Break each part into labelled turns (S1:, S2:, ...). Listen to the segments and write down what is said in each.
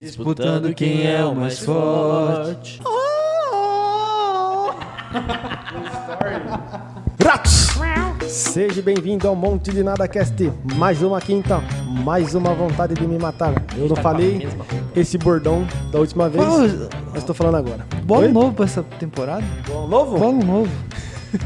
S1: disputando quem é o mais forte.
S2: Ratos! Seja bem-vindo ao Monte de Nada Cast. Mais uma quinta, mais uma vontade de me matar. Eu não falei esse bordão da última vez,
S3: Qual-
S2: mas tô falando agora.
S3: Bom
S2: Oi?
S3: novo pra essa temporada?
S2: Bom novo?
S3: Bom novo.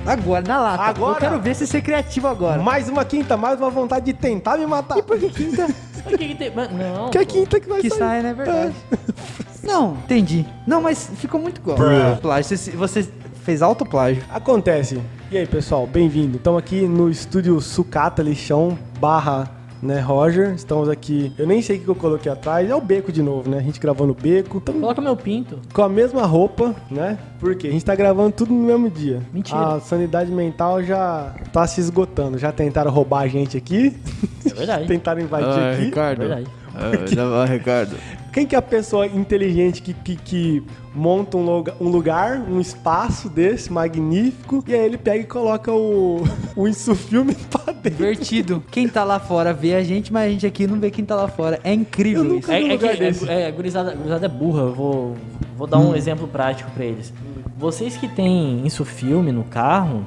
S3: Agora, na lata.
S2: Agora?
S3: Eu quero ver você ser criativo agora.
S2: Mais uma quinta, mais uma vontade de tentar me matar. E por que quinta?
S1: Mas que que tem- mas Não.
S2: que é quinta que vai
S3: Que
S2: sair.
S3: sai, né? Verdade. Não, entendi. Não, mas ficou muito igual. Plágio. Você, você fez alto plágio.
S2: Acontece. E aí, pessoal, bem-vindo. Estamos aqui no estúdio Sucata Lixão barra né, Roger. Estamos aqui. Eu nem sei o que eu coloquei atrás. É o beco de novo, né? A gente gravou no beco. Tamo
S1: Coloca meu pinto.
S2: com a mesma roupa, né? Porque a gente tá gravando tudo no mesmo dia.
S1: Mentira.
S2: A sanidade mental já tá se esgotando. Já tentaram roubar a gente aqui.
S1: É verdade.
S2: tentaram invadir
S4: Ah,
S2: aqui.
S4: Ricardo.
S1: Verdade.
S4: Ah, não, ah, Ricardo.
S2: Quem que é a pessoa inteligente que, que, que monta um, loga- um lugar, um espaço desse magnífico, e aí ele pega e coloca o, o insufilme pra dentro?
S3: Divertido. Quem tá lá fora vê a gente, mas a gente aqui não vê quem tá lá fora. É incrível
S2: Eu
S3: isso.
S2: nunca-
S1: É, é que
S2: lugar desse. Hum.
S1: é, é, gurizada, gurizada é burra, eu vou, vou dar um exemplo prático pra eles. Vocês que têm isso filme no carro,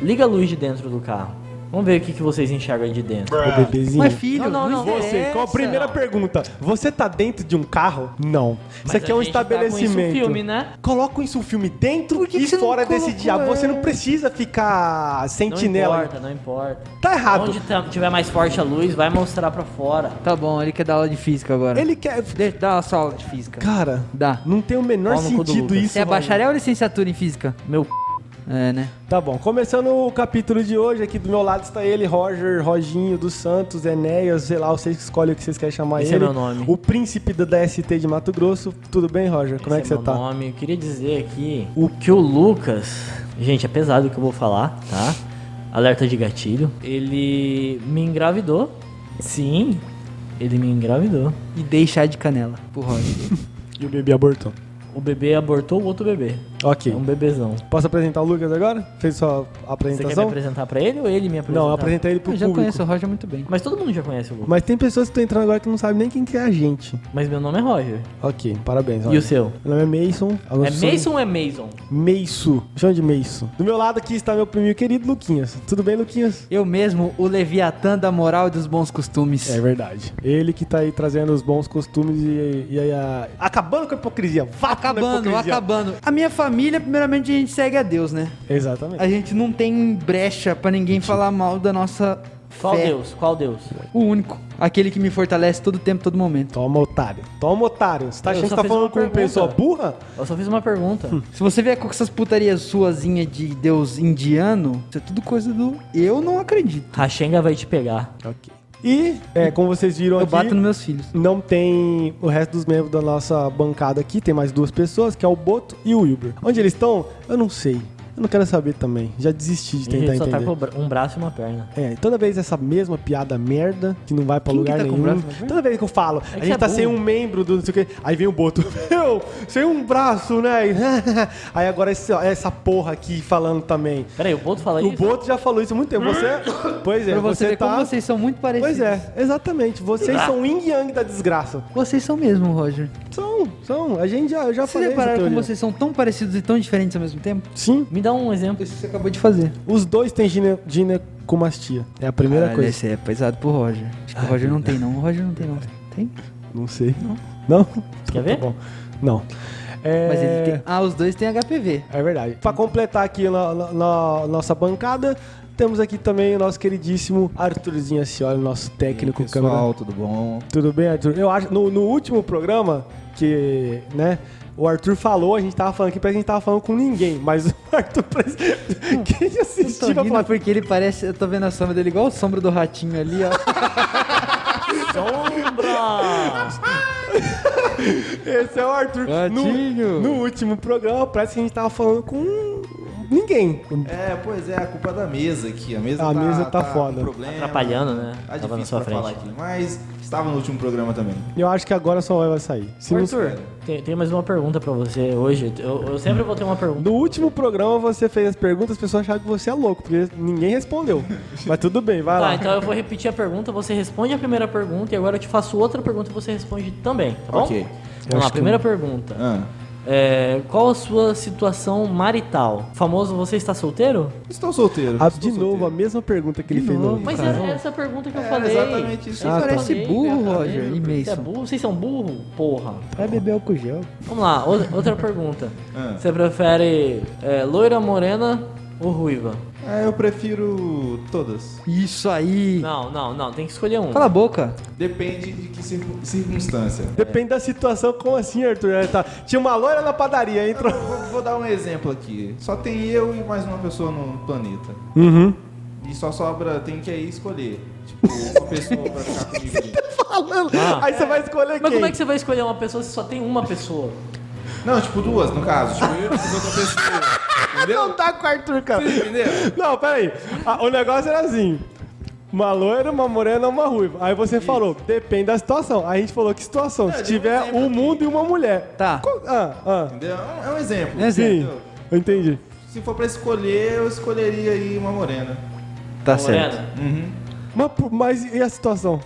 S1: liga a luz de dentro do carro. Vamos ver o que, que vocês enxergam aí de dentro.
S2: Ô, bebezinho.
S3: Mas filho,
S1: Não, não, não.
S2: Você, qual a primeira pergunta? Você tá dentro de um carro? Não. Isso aqui é um
S1: tá
S2: estabelecimento.
S1: filme, né?
S2: Coloca o insufilme dentro
S3: Por que
S2: e
S3: que você não
S2: fora desse
S3: colocou,
S2: diabo.
S3: é?
S2: Você não precisa ficar
S1: Não
S2: sentinela.
S1: importa, não importa.
S2: Tá errado.
S1: Onde tá- tiver mais forte a luz, vai mostrar pra fora.
S3: Tá bom, ele quer dar aula de física agora.
S2: Ele quer.
S3: Deixa, dá uma só aula de física.
S2: Cara,
S3: Dá.
S2: não tem o menor
S1: Pau no cu do
S2: sentido
S1: Lucas.
S2: isso.
S3: é
S2: Roger.
S3: bacharel ou licenciatura em física?
S1: Meu
S3: É, né?
S2: Tá bom, começando o capítulo de hoje, aqui do meu lado está ele, Roger, Roginho dos Santos, Enéas, sei lá, vocês que escolhem o que vocês querem chamar
S1: Esse é
S2: ele.
S1: meu nome.
S2: O príncipe da DST de Mato Grosso. Tudo bem, Roger? Como é que
S1: Esse
S2: você
S1: meu
S2: tá?
S1: Nome. Eu queria dizer aqui o que o Lucas, gente, é pesado o que eu vou falar, tá? Alerta de gatilho. Ele me engravidou. Sim, ele me engravidou.
S3: E dei chá de canela pro Roger.
S2: E o bebê abortou.
S1: O bebê abortou o outro bebê.
S2: Ok.
S1: É um bebezão.
S2: Posso apresentar o Lucas agora? Fez
S1: Você
S2: sua
S1: quer me
S2: apresentação?
S1: apresentar pra ele ou ele me apresentar?
S2: não, eu apresentei ele pro
S3: Eu já
S2: público.
S3: conheço o Roger muito bem.
S1: Mas todo mundo já conhece o Lucas.
S2: Mas tem pessoas que estão entrando agora que não sabem nem quem que é a gente.
S1: Mas meu nome é Roger.
S2: Ok, parabéns.
S1: E
S2: Roger.
S1: o seu?
S2: Meu nome é Mason.
S1: É Mason ou é Mason?
S2: Meiso. Chama de Meiso. Do meu lado aqui está meu priminho querido Luquinhas. Tudo bem, Luquinhas?
S3: Eu mesmo, o Leviatã da moral e dos bons costumes.
S2: É verdade. Ele que tá aí trazendo os bons costumes e, e aí a... Acabando com a hipocrisia. Vá
S3: acabando,
S2: com a hipocrisia.
S3: acabando. A minha família, primeiramente, a gente segue a Deus, né?
S2: Exatamente.
S3: A gente não tem brecha pra ninguém falar mal da nossa
S1: Qual
S3: fé.
S1: Deus? Qual Deus?
S3: O único. Aquele que me fortalece todo tempo, todo momento.
S2: Toma, otário. Toma, otário. Você tá
S1: Eu
S2: achando que
S1: só
S2: tá
S1: fiz
S2: falando
S1: uma
S2: com uma
S1: pergunta.
S2: pessoa burra?
S1: Eu só fiz uma pergunta.
S2: Hum.
S3: Se você vier com essas putarias suazinha de Deus indiano, isso é tudo coisa do... Eu não acredito.
S1: Raxenga vai te pegar.
S2: Ok. E, é, como vocês viram
S3: Eu
S2: aqui...
S3: bato nos meus filhos.
S2: Não tem o resto dos membros da nossa bancada aqui, tem mais duas pessoas, que é o Boto e o Wilber. Onde eles estão, eu não sei. Eu não quero saber também. Já desisti de
S1: E ele
S2: tentar
S1: só tá
S2: entender.
S1: com o bra- um braço e uma perna.
S2: É, toda vez essa mesma piada merda, que não vai pra
S3: Quem
S2: lugar
S3: que tá com
S2: nenhum.
S3: braço na perna?
S2: toda vez que eu falo, a
S1: que
S2: gente
S1: é
S2: tá sem
S1: burro.
S2: um membro do não sei o quê, aí vem o Boto, meu, sem um braço, né? aí agora esse- essa porra aqui falando também.
S1: Peraí, o Boto fala
S2: O
S1: isso?
S2: Boto já falou isso há muito tempo. Você. Pois é,
S3: pra você,
S2: você,
S3: ver
S2: tá.
S3: como vocês são Ah. muito parecidos.
S2: Pois é, exatamente. Vocês são o yin e yang da desgraça.
S3: Vocês são mesmo, Roger.
S2: São, são. A gente já, eu já
S3: Vocês
S2: falei essa
S3: repararam como
S2: teoria.
S3: vocês são tão parecidos e tão diferentes ao mesmo tempo?
S2: Sim,
S1: Me dá um exemplo.
S3: Isso que você acabou de fazer.
S2: os dois têm gine- ginecomastia. É a primeira
S3: Caralho,
S2: coisa. Ah,
S3: esse é pesado pro Roger. Acho que o Roger não tem, não. O Roger não tem, não. Tem?
S2: Não sei. Não?
S1: Quer ver?
S2: Tá bom. Não. É...
S3: Mas ele tem. Ah, os dois têm HPV.
S2: É verdade. Pra completar aqui na, na- na nossa bancada, temos aqui também o nosso queridíssimo Arthurzinho Ascioli, nosso técnico câmera.
S5: Pessoal, tudo bom?
S2: Tudo bem, Arthur? Eu acho, no, no último programa, que, né, o Arthur falou, a gente tava falando aqui, parece que a gente tava falando com ninguém, mas o Arthur, parece,
S3: Hum,
S2: quem
S3: Eu tô
S2: assistiu vai
S3: rindo
S2: falar,
S3: porque ele parece. Eu tô vendo a sombra dele igual a sombra do ratinho ali, ó.
S1: Sombra!
S2: esse é o Arthur. No,
S5: Gatinho!
S2: no último programa, parece que a gente tava falando com um ninguém.
S4: É, pois é, a culpa é da mesa aqui. A mesa
S2: A
S4: tá,
S2: mesa tá
S4: com
S2: foda.
S4: Problema,
S1: Atrapalhando, né?
S4: Tá
S1: Tava na
S4: difícil
S1: sua
S4: pra falar
S1: frente.
S4: aqui, mas estava no último programa também.
S2: Eu acho que agora só vai sair. Se não-
S1: Tem, tem mais uma pergunta pra você hoje. Eu, eu sempre vou ter uma pergunta.
S2: No último programa você fez as perguntas, as pessoas acharam que você é louco, porque ninguém respondeu. Mas tudo bem, vai
S1: Tá,
S2: lá.
S1: então eu vou repetir a pergunta, você responde a primeira pergunta e agora eu te faço outra pergunta e você responde também, tá bom?
S4: Ok.
S2: Eu
S1: Vamos
S2: acho
S1: lá,
S2: que-
S1: primeira pergunta.
S4: Ah,
S1: É, qual a sua situação marital? Famoso, você está solteiro?
S4: estou solteiro.
S2: Ah,
S4: estou
S2: de novo, a
S4: solteiro.
S2: mesma pergunta que ele
S3: De
S2: fez
S3: novo,
S2: no.
S1: Mas
S3: Cara.
S1: era é, essa a pergunta que eu
S4: Era
S1: falei.
S4: exatamente isso.
S1: Eu
S3: Ah, tá.
S1: falei,
S3: Parece burro,
S1: cara,
S3: Roger,
S1: mesmo.
S3: e
S1: é Você é
S3: Mason.
S1: burro? Vocês são burro? Porra.
S3: Vai beber álcool gel.
S1: Vamos lá, ou- outra pergunta.
S4: Ah.
S1: Você prefere é, loira, morena ou ruiva?
S4: Ah, eu prefiro todas.
S3: Isso aí.
S1: Não, não, não, tem que escolher um.
S3: Cala a boca.
S4: Depende de que circun- circunstância.
S2: Depende da situação, como assim, Arthur? É, tá. Tinha uma loira na padaria, entrou.
S4: Eu Vou, vou dar um exemplo aqui. Só tem eu e mais uma pessoa no planeta.
S2: Uhum.
S4: E só sobra, tem que aí escolher. Tipo, uma pessoa pra ficar comigo.
S2: Falando.
S1: Ah.
S2: Aí você vai escolher
S1: Mas
S2: quem?
S1: como é que você vai escolher uma pessoa se só tem uma pessoa?
S4: Não, tipo, duas, no caso. Tipo, eu e mais outra pessoa.
S2: Não
S4: Entendeu?
S2: tá com o Arthur, cara.
S4: Entendeu?
S2: Não, peraí. Ah, o negócio era assim. Uma loira, uma morena, uma ruiva. Aí você falou, depende da situação. Aí a gente falou que situação? Se
S4: eu
S2: tiver
S4: dei um
S2: um
S4: exemplo
S2: mundo e uma mulher.
S3: Tá.
S2: Co- Ah, ah.
S4: Entendeu? É um- É um exemplo.
S3: É
S2: Sim,
S3: exemplo.
S4: Entendeu?
S2: eu entendi.
S4: Se for pra escolher, eu escolheria aí uma morena.
S3: Tá
S1: morena?
S3: certo.
S4: Uhum.
S2: Mas, por- mas e a situação?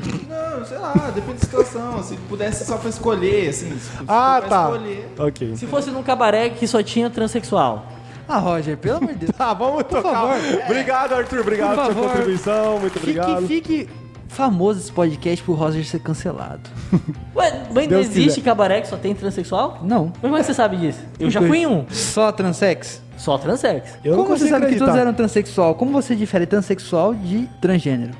S4: Não, sei lá, depende da situação. Se pudesse só pra escolher, assim. Se, se
S2: Ah,
S4: for pra
S2: tá.
S4: escolher.
S2: Ok.
S1: Se fosse num cabaré que só tinha transexual.
S3: Ah, Roger, pelo amor de Deus.
S2: Tá, vamos tocar.
S3: favor.
S2: Obrigado, Arthur. Obrigado
S3: Por
S2: pela
S3: favor.
S2: contribuição. Muito
S3: Fique,
S2: obrigado.
S3: fique famoso esse podcast pro Roger ser cancelado.
S1: Ué, mas não
S2: Deus
S1: existe
S2: quiser.
S1: cabaré que só tem transexual?
S3: Não.
S1: Mas como é que você sabe disso? Eu já fui em um.
S3: Só transex?
S1: Só transex.
S2: Eu não
S3: Como você
S2: consigo
S3: sabe que
S2: acreditar.
S3: todos eram transexual? Como você difere transexual de transgênero?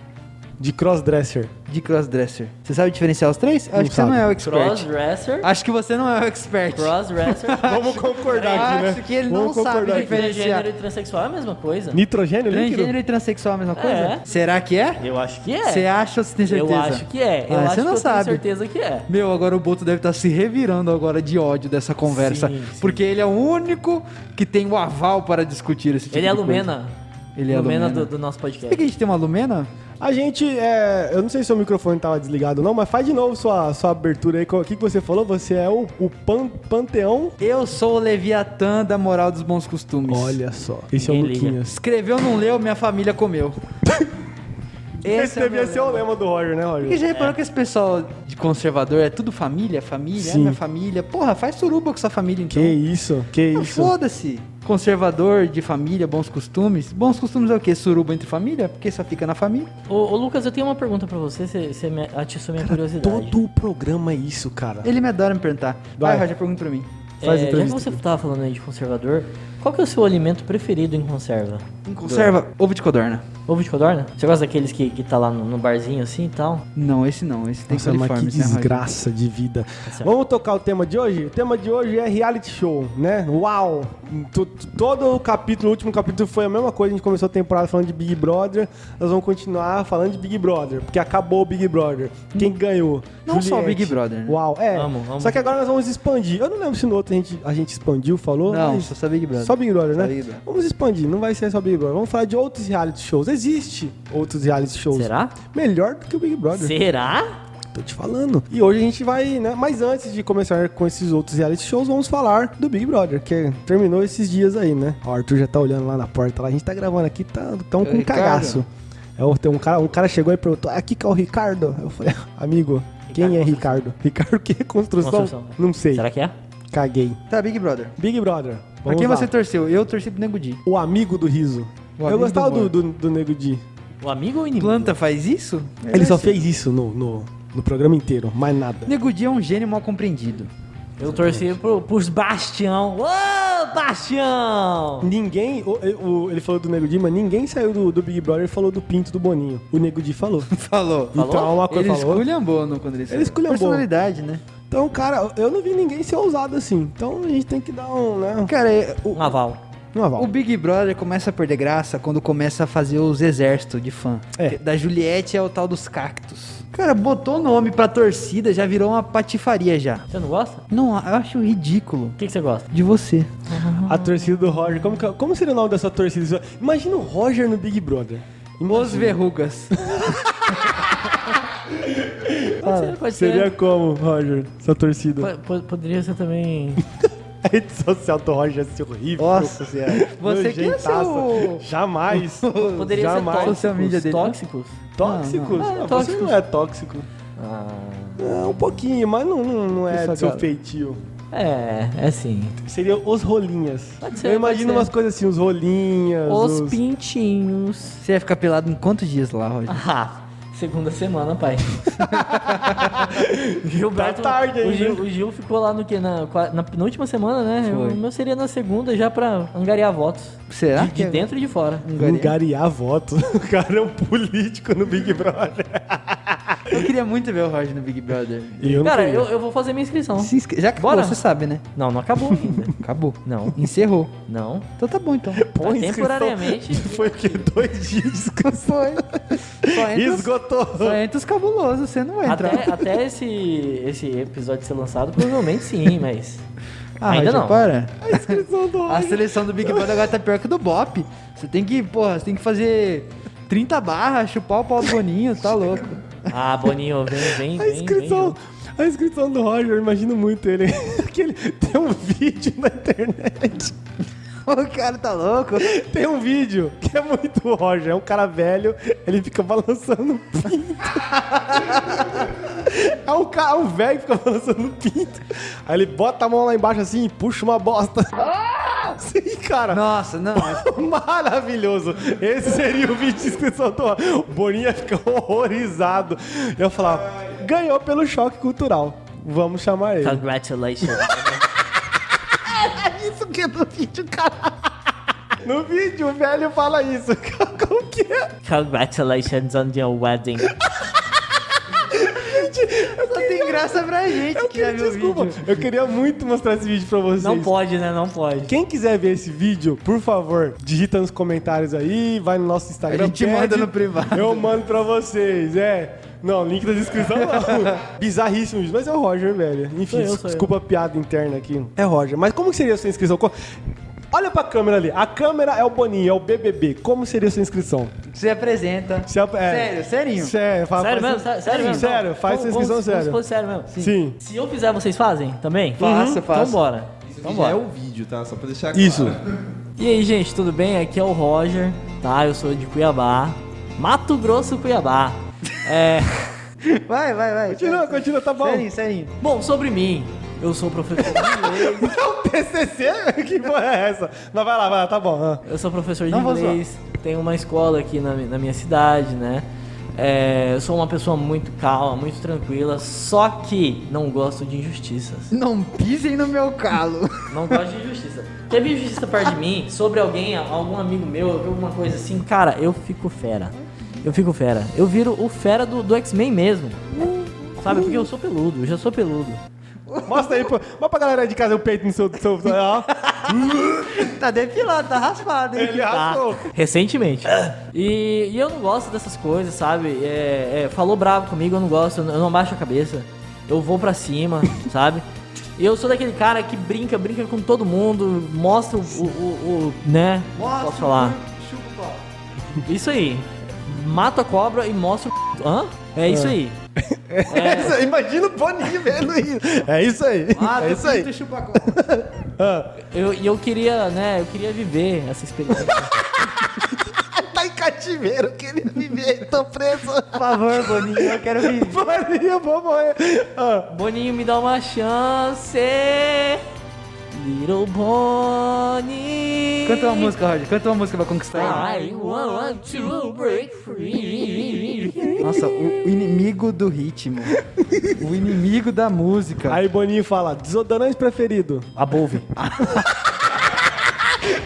S2: De crossdresser.
S3: De crossdresser? Você sabe diferenciar os três? Acho que você
S2: sabe.
S3: não é o expert.
S1: Crossdresser.
S3: Acho que você não é o expert.
S1: Crossdresser.
S2: Vamos concordar aqui, né?
S3: Acho que ele
S2: Vamos
S3: não sabe
S2: concordar aqui.
S3: diferenciar.
S1: Transgênero e transexual é a mesma coisa.
S2: Nitrogênio líquido?
S3: Transgênero e transexual é a mesma coisa?
S1: É.
S3: Será que é?
S1: Eu acho que
S3: Você
S1: é.
S3: acha ou você tem certeza?
S1: Eu acho que é. Eu
S3: Ah,
S1: acho
S3: você não
S1: que eu
S3: sabe.
S1: tenho certeza que é.
S3: Meu, agora o Boto deve estar se revirando agora de ódio dessa conversa.
S1: Sim, sim.
S3: Porque ele é o único que tem o aval para discutir esse tipo
S1: Ele é
S3: de
S1: a
S3: coisa.
S1: Lumena.
S3: Ele é a Lumena.
S1: do, do nosso
S3: Será que a
S1: podcast.
S3: gente tem uma Lumena?
S2: A gente, é, eu não sei se o microfone tava desligado ou não, mas faz de novo sua, sua abertura aí. O que que você falou? Você é o, o pan, Panteão?
S3: Eu sou o Leviatã da moral dos bons costumes.
S2: Olha só. Esse é o
S1: Ninguém liga.
S2: Luquinhas.
S3: Escreveu, não leu, minha família comeu.
S2: Esse,
S3: é o
S2: devia
S3: meu
S2: ser o
S3: lema.
S2: lema do Roger, né,
S3: Porque
S2: Roger?
S3: já reparou que esse pessoal de conservador é tudo família, família, é
S2: Sim.
S3: minha família. Porra, faz suruba com sua família
S2: Que
S3: então.
S2: isso, que
S3: Ah,
S2: isso.
S3: Foda-se. Conservador de família, bons costumes. Bons costumes é o quê? Suruba entre família? Porque só fica na família.
S2: Tá.
S1: Ô, ô, Lucas, eu tenho uma pergunta pra você, você, você me atiçou minha curiosidade.
S2: Todo o programa é isso, cara.
S3: Ele me adora me perguntar.
S2: Vai.
S3: Vai, Roger, pergunta pra mim.
S2: Faz
S1: é, já que você
S2: entrevista.
S1: tava falando aí de conservador, qual que é o seu alimento preferido em conserva?
S3: Conserva ovo de codorna.
S1: Ovo de codorna? Você gosta daqueles que, que tá lá no, no barzinho assim e tal?
S3: Não, esse não. Esse tem
S2: Nossa, mas que
S3: coliformes, né, Roger? Tá
S2: desgraça de vida.
S1: certo.
S2: Vamos tocar o tema de hoje? O tema de hoje é reality show, né? Uau! Tu- tu- Todo o capítulo, o último capítulo foi a mesma coisa. A gente começou a temporada falando de Big Brother. Nós vamos continuar falando de Big Brother, porque acabou o Big Brother. Quem ganhou?
S3: Não só o Big Brother, né?
S2: Uau, é.
S1: Amo, amo.
S2: Só que agora nós vamos expandir. Eu não lembro se no outro a gente, a gente expandiu, falou.
S3: Não,
S2: mas-
S3: só sabe Big Brother.
S2: Só Big Brother, né?
S3: Só Big Brother.
S2: Vamos expandir, não vai ser só Big Brother. Vamos falar de outros reality shows. Existe outros reality shows.
S1: Será?
S2: Melhor do que o Big Brother.
S1: Será?
S2: Tô te falando. E hoje a gente vai, né? Mas antes de começar com esses outros reality shows, vamos falar do Big Brother, que terminou esses dias aí, né? Ó, O Arthur já tá olhando lá na porta lá. A gente tá gravando aqui, tá tão com um
S3: Ricardo.
S2: cagaço. É, ó, tem um, cara, um cara chegou e perguntou: "Ah, aqui que é o Ricardo? Eu falei, amigo, quem é Ricardo? Ricardo que é construção?
S1: Construção.
S2: Não sei.
S1: Será que é?
S2: Caguei.
S3: Tá, Big Brother.
S2: Big Brother.
S3: Pra
S2: Vamos
S3: quem
S2: lá.
S3: você torceu? Eu torci pro Nego Di.
S2: O amigo do riso.
S3: O
S2: Eu
S3: amigo
S2: gostava do,
S3: do
S2: do, do Nego Di.
S1: O amigo ou o inimigo?
S3: Planta faz isso? É.
S2: Ele só
S3: Merece.
S2: fez isso no, no, no programa inteiro, mais nada.
S3: Nego Di é um gênio mal compreendido.
S1: Eu torci pro, pros Bastião. Ô, Bastião!
S2: Ninguém, o- o- ele falou do Nego Di, mas ninguém saiu do, do Big Brother e falou do pinto do Boninho. O Nego Di falou.
S3: Falou.
S2: Então, uma coisa
S3: Ele
S2: falou.
S3: esculhambou no quando ele saiu.
S2: esculhambou.
S3: Personalidade, né?
S2: Então, cara, eu não vi ninguém ser ousado assim. Então a gente tem que dar um, né?
S3: Cara, eu-
S1: Um aval.
S2: Não, Val.
S3: O Big Brother começa a perder graça quando começa a fazer os exércitos de fã.
S2: É.
S3: Da Juliette é o tal dos cactos. Cara, botou o nome pra torcida, já virou uma patifaria já.
S1: Você não gosta?
S3: Não, eu acho ridículo.
S1: O que, que você gosta?
S3: De você.
S2: A torcida do Roger. Como, que- como seria o nome dessa torcida? Imagina o Roger no Big Brother.
S3: Os verrugas.
S1: Pode ser, pode
S2: Seria
S1: ser.
S2: como, Roger, essa torcida?
S1: Po- po- Poderia ser também.
S2: A rede social do Roger ia ser horrível.
S3: Nossa senhora. Você que é
S2: Nojentaça.
S3: seu...
S2: Jamais.
S1: Poderia
S2: Jamais.
S1: ser
S3: Social media
S1: tóxicos.
S3: dele, né?
S1: tóxicos. Não,
S2: Tóxicos?
S1: não.
S2: Ah,
S1: Ah,
S2: você
S1: tóxicos.
S2: não é tóxico. É, um pouquinho, mas não, não, não é
S3: Isso
S2: do seu
S3: agora.
S2: feitio.
S1: É, é sim.
S2: Seria os rolinhas.
S1: Pode ser,
S2: Eu imagino
S1: pode ser.
S2: umas coisas assim, os rolinhas.
S1: Os pintinhos.
S3: Você ia ficar pelado em quantos dias lá, Roger?
S1: Ah, segunda semana, pai. Gilberto,
S2: Tá tarde
S1: o,
S2: ainda.
S1: Gil, o Gil ficou lá no que? Na, qua- na penúltima semana, né?
S3: Foi.
S1: O meu seria na segunda já pra angariar votos.
S3: Será?
S1: Ah, De, de
S3: que- é um
S1: dentro e de fora.
S2: Angariar votos. O cara é um político no Big Brother.
S3: Eu queria muito ver o Roger no Big Brother.
S2: E eu não
S1: Cara,
S2: queria.
S1: eu, eu vou fazer minha inscrição.
S3: Se inscre- Já acabou,
S1: Bora.
S3: você sabe, né?
S1: Não, não acabou ainda.
S3: Acabou.
S1: Não,
S3: Encerrou.
S1: não.
S3: Então tá bom, então.
S2: Põe
S1: Tá
S2: inscrição.
S1: temporariamente.
S2: Foi o quê? Dois dias que
S3: Foi. Só
S1: É
S3: entra, os,
S2: esgotou.
S3: só entra os cabulosos, você não entra.
S1: Até, até esse, esse episódio ser lançado, provavelmente sim, mas.
S3: Ah,
S1: ainda
S3: Roger,
S1: não.
S3: Para.
S2: A inscrição do
S1: assim,
S3: A
S2: Roger.
S3: seleção do Big Brother agora tá pior que do Bop. Você tem que, porra, você tem que fazer 30 barras, chupar o pau do Boninho, tá louco.
S1: Ah, Boninho, vem, vem,
S2: A
S1: vem. vem
S2: inscrição. A inscrição do Roger, eu imagino muito ele. Que ele tem um vídeo na internet.
S3: O cara tá louco.
S2: Tem um vídeo que é muito Roger. É um cara velho, ele fica balançando o pinto. É um, cara, um velho que fica balançando o pinto. Aí ele bota a mão lá embaixo assim e puxa uma bosta. Sim, cara.
S3: Nossa, não, mas
S2: Maravilhoso! Esse seria o vídeo de inscrição do O Boninho ia ficar horrorizado. Eu ia falar, ganhou pelo choque cultural. Vamos chamar ele.
S1: Congratulations.
S3: isso que é do vídeo, cara.
S2: No vídeo, o velho fala isso. Como que é?
S1: Congratulations on your wedding.
S3: Só tem graça pra gente
S2: Eu
S3: que já
S2: queria,
S3: viu o
S2: desculpa,
S3: vídeo.
S2: eu queria muito mostrar esse vídeo pra vocês.
S1: Não pode, né? Não pode.
S2: Quem quiser ver esse vídeo, por favor, digita nos comentários aí, vai no nosso Instagram.
S3: A gente manda no privado.
S2: Eu mando pra vocês, é. Não, link da descrição não. Bizarríssimo, isso, mas é o Roger, velho. Enfim,
S1: Sou eu, sou eu.
S2: desculpa a piada interna aqui. É Roger, mas como que seria a sua inscrição? Co- Olha pra câmera ali. A câmera é o Boninho, é o BBB. Como seria a sua inscrição?
S3: Se apresenta.
S2: Se a-
S3: Sério, serinho.
S2: Sério, fala-
S1: Sério
S2: faz-
S1: mesmo? Sério, sério mesmo?
S2: Sério, faz sua
S1: Vamos-
S2: inscrição
S1: vamos-
S2: sério.
S1: Vamos supor sério mesmo.
S2: Sim.
S1: Se eu fizer, vocês fazem também?
S3: Faço, faço.
S1: Então bora.
S4: Isso
S1: Então
S4: aqui já é
S1: bora.
S4: o vídeo, tá? Só pra deixar claro.
S2: Isso.
S1: E aí, gente, tudo bem? Aqui é o Roger, tá? Eu sou de Cuiabá. Mato Grosso, Cuiabá. É...
S3: Vai, vai, vai.
S2: Continua, continua, tá bom.
S3: Serinho, serinho.
S1: Bom, sobre mim. Eu sou professor de inglês.
S2: É o TCC? Que porra é essa? Mas vai lá, vai lá, tá bom. ah.
S1: Eu sou professor de
S3: Não vou
S1: inglês, tenho uma escola aqui na, mi- na minha cidade, né? É, eu sou uma pessoa muito calma, muito tranquila, só que não gosto de injustiças.
S3: Não pisem no meu calo.
S1: Não gosto de injustiça. Teve injustiça perto de mim, sobre alguém, algum amigo meu, alguma coisa assim, cara, eu fico fera. Eu fico fera. Eu viro o fera do, do X-Men mesmo. Sabe? Porque eu sou peludo, eu já sou peludo.
S2: Mostra aí, pô. Mostra pra galera de casa o peito no seu. no seu ó.
S3: Tá depilado, tá raspado, hein?
S2: Ele
S1: Tá.
S2: arrasou.
S1: Recentemente. E, e eu não gosto dessas coisas, sabe? É, é, falou bravo comigo, eu não gosto, eu não- eu não baixo a cabeça. Eu vou pra cima, sabe? E eu sou daquele cara que brinca, brinca com todo mundo, mostra o. o, o- o- né? Posso
S4: Ah.
S2: Ah.
S1: falar? Isso aí. Mata a cobra e mostra o. Hã? É isso aí.
S2: Isso aí, Imagina o Boninho vendo isso. É isso aí. é isso aí.
S1: Eu- E eu, queria, né? Eu queria viver essa experiência.
S2: Tá em cativeiro, queria viver. Tô preso.
S3: Por favor, Boninho, eu quero vir.
S2: Boninho, vou morrer. Ah,
S1: Boninho, me dá uma chance. Little Bonnie.
S3: Canta uma música, Roger. Canta uma música pra
S1: Ah,
S3: conquistar ele.
S1: I want to break free.
S3: Nossa, o, o inimigo do ritmo. O inimigo da música.
S2: Aí Boninho fala, desodorante preferido.
S1: A Bove.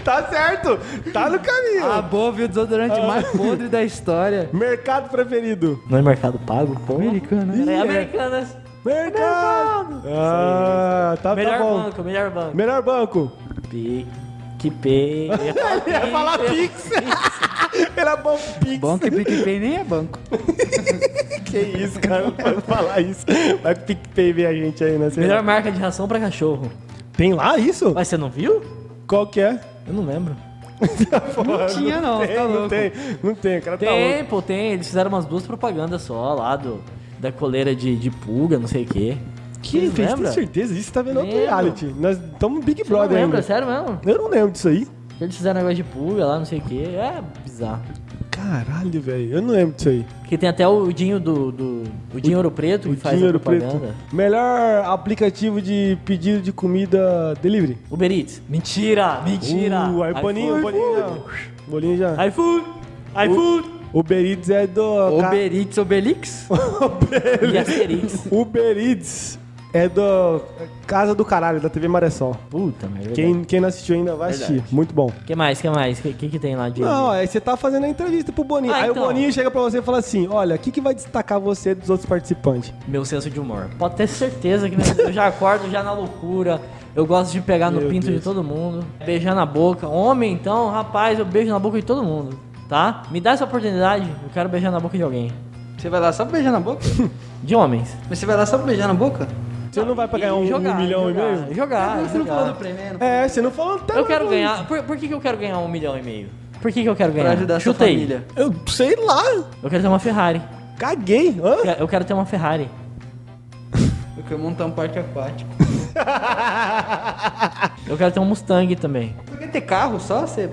S2: Tá certo, tá no caminho.
S3: A Bove, o desodorante
S2: Ah.
S3: mais podre da história.
S2: Mercado preferido.
S1: Não é mercado pago? Pô.
S3: Americana. né?
S1: É
S2: é.
S1: Americanas.
S2: Mercado. Ah, tá, tá
S1: melhor
S2: bom.
S1: banco, melhor banco.
S2: Melhor banco.
S1: Big PicPay. Eu ia falar
S2: Ele ia falar
S1: Pix.
S2: Pix. Ele é bom Pix.
S3: Bom que PicPay nem é banco.
S2: Que isso, cara. Não pode falar isso. Vai que o PicPay vê a gente aí, né? Sei lá.
S1: Melhor marca de ração pra cachorro.
S2: Tem lá isso?
S1: Mas você não viu?
S2: Qual que é?
S1: Eu não lembro.
S2: Não
S3: tinha não,
S2: tem,
S3: tá
S2: Não
S3: louco.
S2: tem, não tem. O cara tá louco.
S1: Tem, pô, tem. Eles fizeram umas duas propagandas só lá do, da coleira de, de pulga, não sei o quê.
S2: Que
S1: Vocês
S2: fez,
S1: lembram?
S2: tem certeza? Isso tá vendo outro
S1: Lembro.
S2: reality. Nós estamos Big
S1: Você não
S2: Brother
S1: lembra,
S2: ainda.
S1: sério mesmo?
S2: Eu não lembro disso aí.
S1: Eles fizeram um negócio de pulga lá, não sei o quê. É bizarro.
S2: Caralho, velho. Eu não lembro disso aí.
S1: Porque tem até o Dinho do. do o Dinho Ouro Preto que faz
S2: Dinheiro
S1: a propaganda.
S2: Melhor aplicativo de pedido de comida delivery.
S1: Uber Eats. Mentira! Mentira!
S2: Uh, aí o Boninho, o Boninho já. Boninho já.
S1: iFood! iFood!
S2: Uber Eats é do. ca-
S3: Uber Eats, Obelix?
S1: E Asterix.
S2: Uber Eats é do. Casa do Caralho, da TV Maressol.
S1: Puta merda. Quem...
S2: Quem, quem não assistiu ainda vai assistir. Muito bom.
S1: Que mais? Que mais? Que, que que tem lá de.
S2: Não, aí você tá fazendo a entrevista pro Boninho.
S1: Ah,
S2: aí
S1: então.
S2: o Boninho chega pra você e fala assim: olha, o que, que vai destacar você dos outros participantes?
S1: Meu senso de humor. Pode ter certeza que eu já acordo já na loucura. Eu gosto de pegar no
S2: Meu
S1: pinto
S2: Deus.
S1: de todo mundo, beijar na boca. Homem, então, rapaz, eu beijo na boca de todo mundo, tá? Me dá essa oportunidade, eu quero beijar na boca de alguém.
S3: Você vai lá só pra beijar na boca?
S1: De homens.
S3: Mas você vai lá só pra beijar na boca?
S2: Você não vai pra ganhar um,
S1: jogar,
S2: um milhão
S1: jogar,
S2: e meio?
S1: Jogar,
S3: você não
S1: jogar.
S3: falou do prêmio, né?
S2: Ah, É, você não falou até
S1: Eu quero ganhar. Por, por que, que eu quero ganhar um milhão e meio? Por que, que eu quero ganhar?
S3: Pra ajudar sua
S1: Chutei.
S3: família.
S2: Eu sei lá,
S1: Eu quero ter uma Ferrari.
S2: caguei. Hã?
S1: Eu quero ter uma Ferrari.
S3: Eu quero montar um parque aquático.
S1: Eu quero ter um Mustang também.
S3: Você quer ter carro só? Você,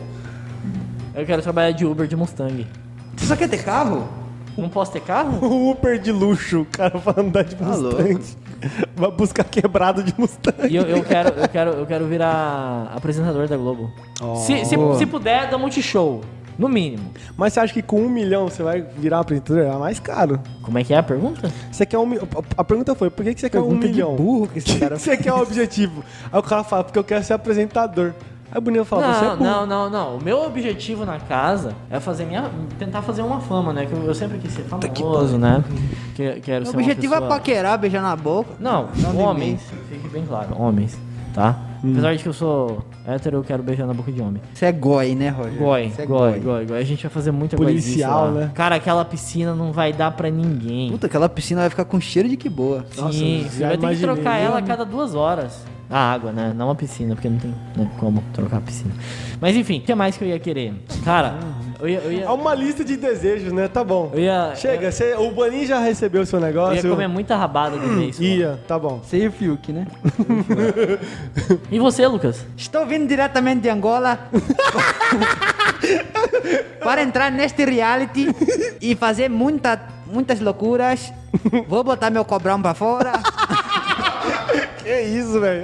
S1: Eu quero trabalhar de Uber de Mustang.
S3: você só quer ter carro?
S1: Não posso ter carro?
S2: O Uber de luxo, o cara vai andar de Mustang. vai buscar quebrado de Mustang.
S1: E eu, eu quero, eu, quero, eu quero virar apresentador da Globo. Se, se, se puder, dá multishow. No mínimo.
S2: Mas você acha que com um milhão você vai virar um apresentador? É mais caro.
S1: Como é que é a pergunta?
S2: Você quer um mi- A pergunta foi, por que que você quer um
S3: Pergunta de
S2: milhão?
S3: burro que esse cara
S2: Você quer o objetivo. Aí o cara fala, porque eu quero ser apresentador. Aí o Boninho fala, você é
S1: Não,
S2: burro.
S1: não, não, não. O meu objetivo na casa é fazer minha. tentar fazer uma fama, né? Que eu, eu sempre quis ser famoso, né? Que, quero
S3: O
S1: ser uma
S3: objetivo é
S1: pessoa-
S3: paquerar, beijar na boca.
S1: Não,
S3: Não tem Hum.
S1: homens. Fique bem claro, homens, tá? Apesar de que eu sou hétero, eu quero beijar na boca de homem.
S3: Você é goi, né, Roger?
S1: Goi,
S3: Você é
S1: goi, goi, goi. A gente vai fazer muita goizice
S2: Policial,
S1: lá.
S2: né?
S1: Cara, aquela piscina não vai dar pra ninguém.
S3: Puta, aquela piscina vai ficar com cheiro de que boa.
S2: Nossa,
S1: Sim,
S2: já
S1: você vai ter que
S2: imaginei.
S1: trocar ela a
S2: Eu-
S1: cada duas horas. A água, né? Não a piscina, porque não tem né, como trocar a piscina. Mas enfim, o que mais que eu ia querer? Cara, eu ia. Eu ia,
S2: É uma lista de desejos, né? Tá bom.
S1: eu ia-
S2: Chega,
S1: eu-
S2: você- o Boninho já recebeu o seu
S1: eu ia
S2: negócio.
S1: comer muita rabada de vez.
S2: Ia, tá bom.
S3: Você e o Fiuk, né?
S1: E você, Lucas?
S3: Estou vindo diretamente de Angola para entrar neste reality e fazer muita, muitas loucuras. Vou botar meu cobrão pra fora.
S2: Que isso, velho.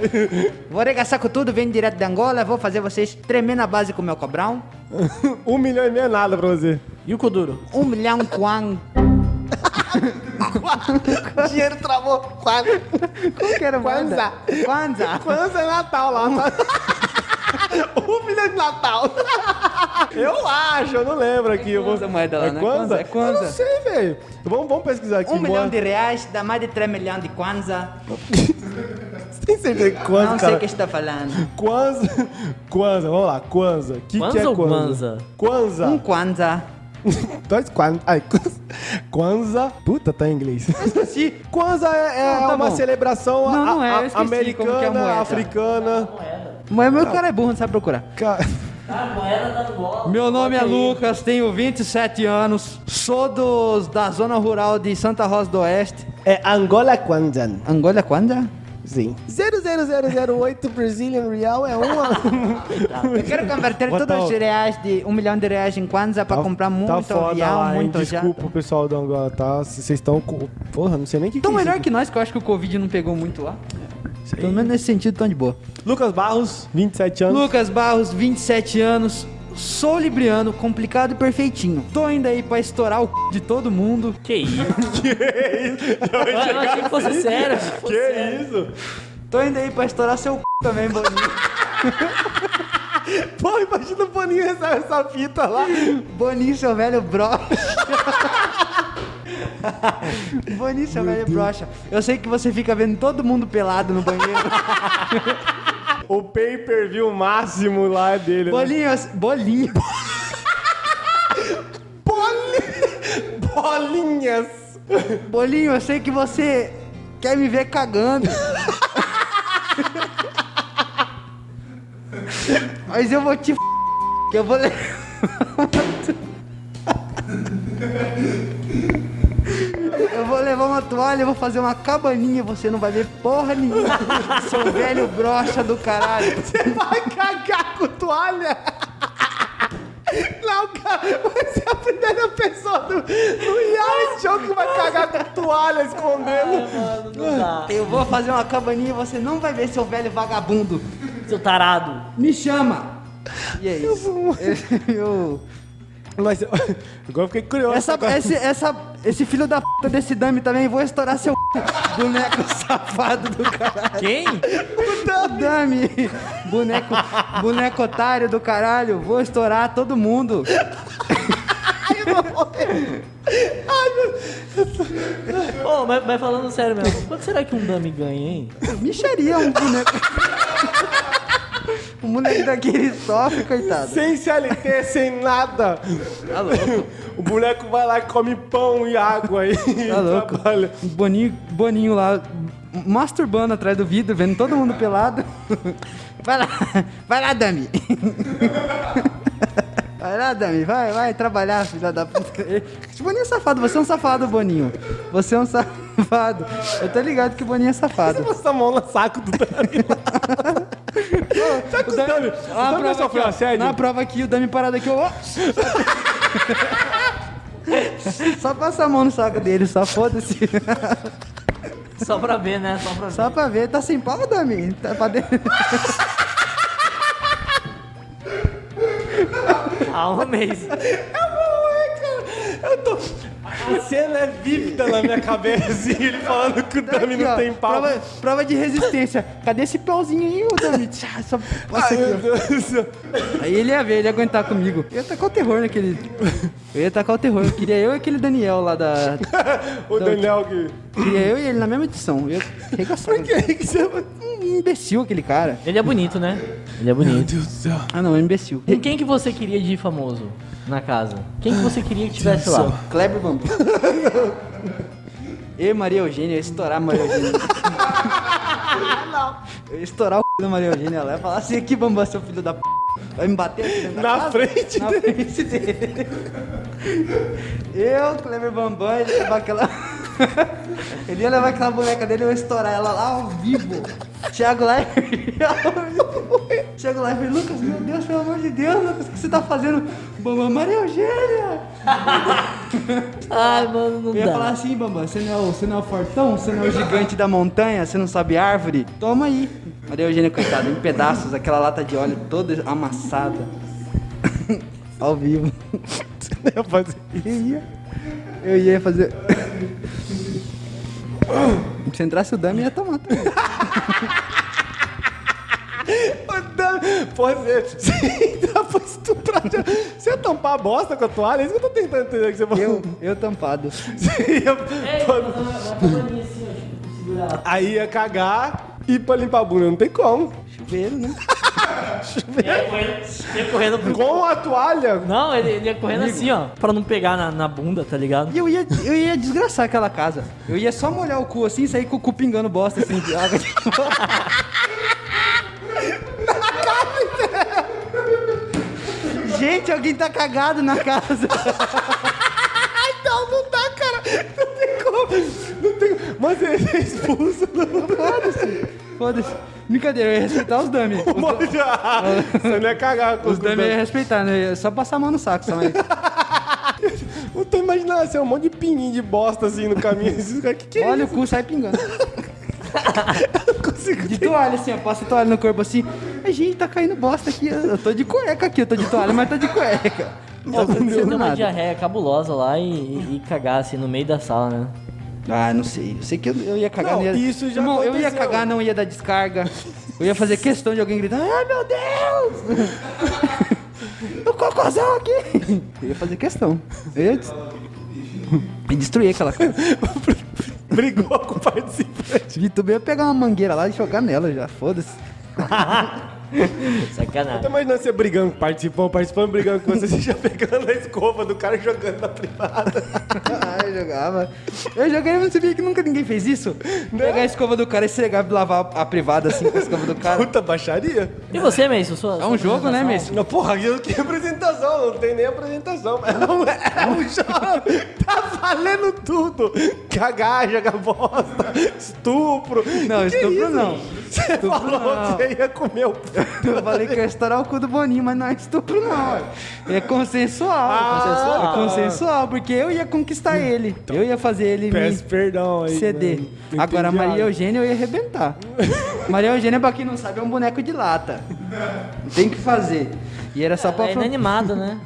S3: Vou arregaçar com tudo, vindo direto de Angola. Vou fazer vocês tremer na base com meu cobrão.
S2: Um milhão e meio é nada pra você.
S1: E o Kuduro?
S3: Um milhão kwan.
S2: Dinheiro travou. Quase.
S3: Como que era o nome da- Kwanza.
S2: Quanto é Natal lá? um milhão de Natal. Eu acho, eu não lembro aqui. eu vou-
S3: Kwanza a moeda lá,
S2: é
S3: né? Kwanza, é
S2: Kwanza?
S3: Kwanza.
S2: Eu não sei, velho. Vamos, vamos pesquisar aqui.
S3: Um milhão
S2: Moa-
S3: de reais dá mais de 3 milhões de kwanza.
S2: Tem certeza que Kwanza,
S3: Não sei
S2: cara.
S3: o que está falando.
S2: Kwanza. Kwanza, vamos lá. Kwanza. O que, que
S1: Kwanza
S2: é
S1: ou
S2: Kwanza? Kwanza.
S3: Um kwanza.
S2: Dois Kwanza. Ai, Kwanza. Kwanza. Puta, tá em inglês.
S3: Esqueci.
S2: Kwanza é, é
S3: Não, tá
S2: uma
S3: bom.
S2: celebração
S3: Não, não é, eu
S2: a- a-
S3: esqueci
S2: americana,
S3: como que é a moeda.
S2: africana.
S3: Mas meu cara é burro, não sabe procurar.
S2: Ca-
S3: Meu nome é Lucas, tenho 27 anos, sou dos, da zona rural de Santa Rosa do Oeste.
S2: É Angola Kwanzan.
S3: Angola Kwanza?
S2: Sim. 00008 Brazilian Real é uma.
S3: Eu quero converter
S2: What
S3: todos
S2: the-
S3: os reais de um milhão de reais em Kwanza para comprar muito
S2: tá foda
S3: avião,
S2: lá, hein?
S3: muito
S2: Desculpa o
S3: jato.
S2: pessoal do Angola, tá? C- Vocês estão com. Porra, não sei nem o que.
S3: Tão
S2: que é
S3: Então, melhor
S2: isso
S3: que nós, que eu acho que o Covid não pegou muito lá.
S2: aqui.
S3: Pelo menos nesse sentido, tão de boa.
S2: Lucas Barros, 27 anos.
S3: Lucas Barros, 27 anos, sou libriano, complicado e perfeitinho. Tô indo aí pra estourar o c... de todo mundo.
S1: Que isso? Eu, achei que fosse sério. achei que fosse
S2: Que é
S1: sério.
S2: isso?
S3: Tô indo aí pra estourar seu c... também, Boninho.
S2: Pô, imagina o Boninho receber essa fita lá.
S3: Boninho, seu velho brocha. Boninho, seu velho brocha. Eu sei que você fica vendo todo mundo pelado no banheiro.
S2: o pay-per-view máximo lá é dele. né?
S3: Bolinho, assim- bolinho.
S2: Bolinhas!
S3: Bolinho, eu sei que você quer me ver cagando. Mas eu vou te f... que eu vou le- Eu vou levar uma toalha, eu vou fazer uma cabaninha, você não vai ver porra nenhuma. Seu velho brocha do caralho. Você vai cagar com toalha?
S2: Não, cara, você é a primeira pessoa do, do reality show que vai cagar com toalha escondendo.
S1: É, Mano, não dá.
S3: Eu vou fazer uma cabaninha e você não vai ver seu velho vagabundo.
S1: Seu tarado.
S3: Me chama! E é isso. Eu-
S2: Mas eu- agora eu fiquei curioso.
S3: Essa,
S2: Agora-
S3: esse, essa, esse filho da puta desse dame também, vou estourar seu boneco safado do caralho.
S1: Quem?
S3: Dame! Boneco, boneco otário do caralho, vou estourar todo mundo.
S1: Ô, mas, mas falando sério mesmo, quanto será que um dummy ganha, hein?
S3: Micharia um boneco. O moleque daquele sofre, coitado.
S2: Sem CLT, sem nada.
S1: Tá louco.
S2: O boneco vai lá e come pão e água aí.
S3: Tá louco.
S2: Trabalha.
S3: Boninho, Boninho lá masturbando atrás do vidro, vendo todo mundo pelado. Vai lá, vai lá, Dami. Vai lá, Dami, vai, vai trabalhar, filha da puta. Esse Boninho é safado, você é um safado, Boninho. Você é um safado. Eu tô ligado que o Boninho é safado.
S2: Passa a mão no saco do Dani. Sabe que o Dani, o
S3: Ah,
S2: Dani já sofreu
S3: aqui, ó.
S2: assédio?
S3: Na prova aqui, o Dami parado aqui, ó. Só passa a mão no saco dele, só foda-se.
S1: Só pra ver, né? Só pra ver.
S3: Só pra ver, tá sem pau, Dami? Tá pra dentro.
S1: Há um mês.
S2: Eu tô... A cena é vívida na minha cabeça e ele falando que o Dami
S3: Aqui,
S2: não
S3: ó,
S2: tem pau.
S3: Prova, prova de resistência. Cadê esse pauzinho aí, ô Dami? Tchá, Só passa
S2: Ai,
S3: aqui,
S2: meu Deus do céu.
S3: ó. Aí ele ia ver, ele ia aguentar comigo. Eu ia tacar o terror naquele. Eu ia tacar o terror. Eu queria eu e aquele Daniel lá da.
S2: O Daniel que...
S3: Queria eu e ele na mesma edição. Eu ia arregaçar.
S2: é
S3: Um imbecil aquele cara.
S1: Ele é bonito, né? Ele é bonito.
S2: Deus do céu.
S3: Ah não, é um imbecil.
S1: Com quem que você queria de famoso na casa? Quem que você queria que tivesse lá?
S3: Kleber Bambu. Eu e Maria Eugênia, eu ia estourar a Maria Eugênia. Eu ia estourar o c da Maria Eugênia lá e falar assim: aqui, Bambu, seu filho da p. Vai me bater aqui dentro da
S2: Na
S3: casa?"
S2: frente
S3: na frente dele. Eu, Kleber Bambam, ele ia levar aquela. ele ia levar aquela boneca dele e eu ia estourar ela lá ao vivo. Thiago Leifert. Thiago Leifert, Lucas, meu Deus, pelo amor de Deus, Lucas, o que você tá fazendo? Bambam, Maria Eugênia!
S1: Ai, mano, não
S3: Eu ia falar
S1: dá.
S3: assim, Bambam, você não, é o, você não é o fortão, você não é o gigante da montanha, você não sabe árvore? Toma aí. Maria Eugênia, coitada, em pedaços, aquela lata de óleo toda amassada. Ao vivo.
S2: Eu ia fazer isso.
S3: Eu ia fazer... Se entrasse o Dami, ia tomar também.
S2: O Dami... Pode ser. Você dá pra estuprar... já- Você ia tampar a bosta com a toalha? É isso que eu tô tentando entender que você falou.
S3: Eu, eu tampado.
S2: Você ia... Aí ia cagar e ir pra limpar a bunda. Não tem como.
S3: Chuveiro, né?
S1: Ele ia correndo pro...
S2: Com a toalha...
S1: Não, ele, ele ia correndo assim, ó. Pra não pegar na, na bunda, tá ligado?
S3: E eu ia, eu ia desgraçar aquela casa. Eu ia só molhar o cu assim e sair com o cu pingando bosta assim de água. Gente, alguém tá cagado na casa.
S2: Não, não dá, cara. Não tem como. Não tem... Mas ele é expulso.
S3: Foda-se. Brincadeira, eu ia respeitar os dummies.
S2: Não pode. Você não é cagar com
S3: Os
S2: os
S3: dummies eu ia
S2: dois.
S3: respeitar, né? Eu ia só passar a mão no saco, só mas...
S2: Eu tô imaginando assim, um monte de pininho de bosta assim no caminho. Esses caras, que que é
S3: Olha o
S2: isso?
S3: cu, sai pingando.
S2: Eu consigo.
S3: De toalha, assim, ó. Passa a toalha no corpo assim. Ai, Gente, tá caindo bosta aqui. Eu eu tô de cueca aqui, eu tô de toalha, mas tô de cueca. Não tá
S1: Você
S3: acontecendo
S1: tem uma
S3: nada.
S1: diarreia cabulosa lá e, e- e cagar assim no meio da sala, né?
S3: Ah, não sei. Eu sei que eu, eu ia cagar.
S2: Não,
S3: ia...
S2: isso já
S3: Irmão, eu ia
S2: aconteceu.
S3: cagar, não ia dar descarga. Eu ia fazer questão de alguém gritar, ai meu Deus! o cocôzão aqui! Eu ia fazer questão. Eu ia des- e destruir aquela casa.
S2: Brigou com o participante.
S3: Vitor eu ia pegar uma mangueira lá e jogar nela já, foda-se.
S2: Eu tô
S1: Sacanagem.
S2: imaginando você brigando com o participante, o participante brigando com você, você já pegando a escova do cara e jogando na privada.
S3: Ah, eu jogava. Eu joguei, mas você via que nunca ninguém fez isso. Pegar a escova do cara e esfregar, lavar a privada assim com a escova do cara.
S2: Puta baixaria.
S1: E você, Messi? Sua,
S3: É um jogo, né, Messi?
S2: Não, porra, aquilo que é apresentação, não tem nem apresentação. mas É um, é um jogo, tá valendo tudo. Cagar, jogar bosta, estupro.
S3: Não,
S2: Que
S3: estupro
S2: isso?
S3: não.
S2: Você falou
S3: não.
S2: que você ia comer o... p-
S3: Eu falei que ia estourar o cu do Boninho, mas não é estupro, não. ué. É consensual.
S2: Ah,
S3: consensual.
S2: tá.
S3: É consensual, porque eu ia conquistar ele. Eu ia fazer ele
S2: Peço
S3: me
S2: perdão aí.
S3: ceder.
S2: mano. Não
S3: Agora, a
S2: entendi
S3: Maria
S2: nada.
S3: Eugênia eu ia arrebentar. Maria Eugênia, pra quem não sabe, é um boneco de lata. Tem que fazer. E era
S2: Ah,
S3: só pra...
S1: É inanimado, né?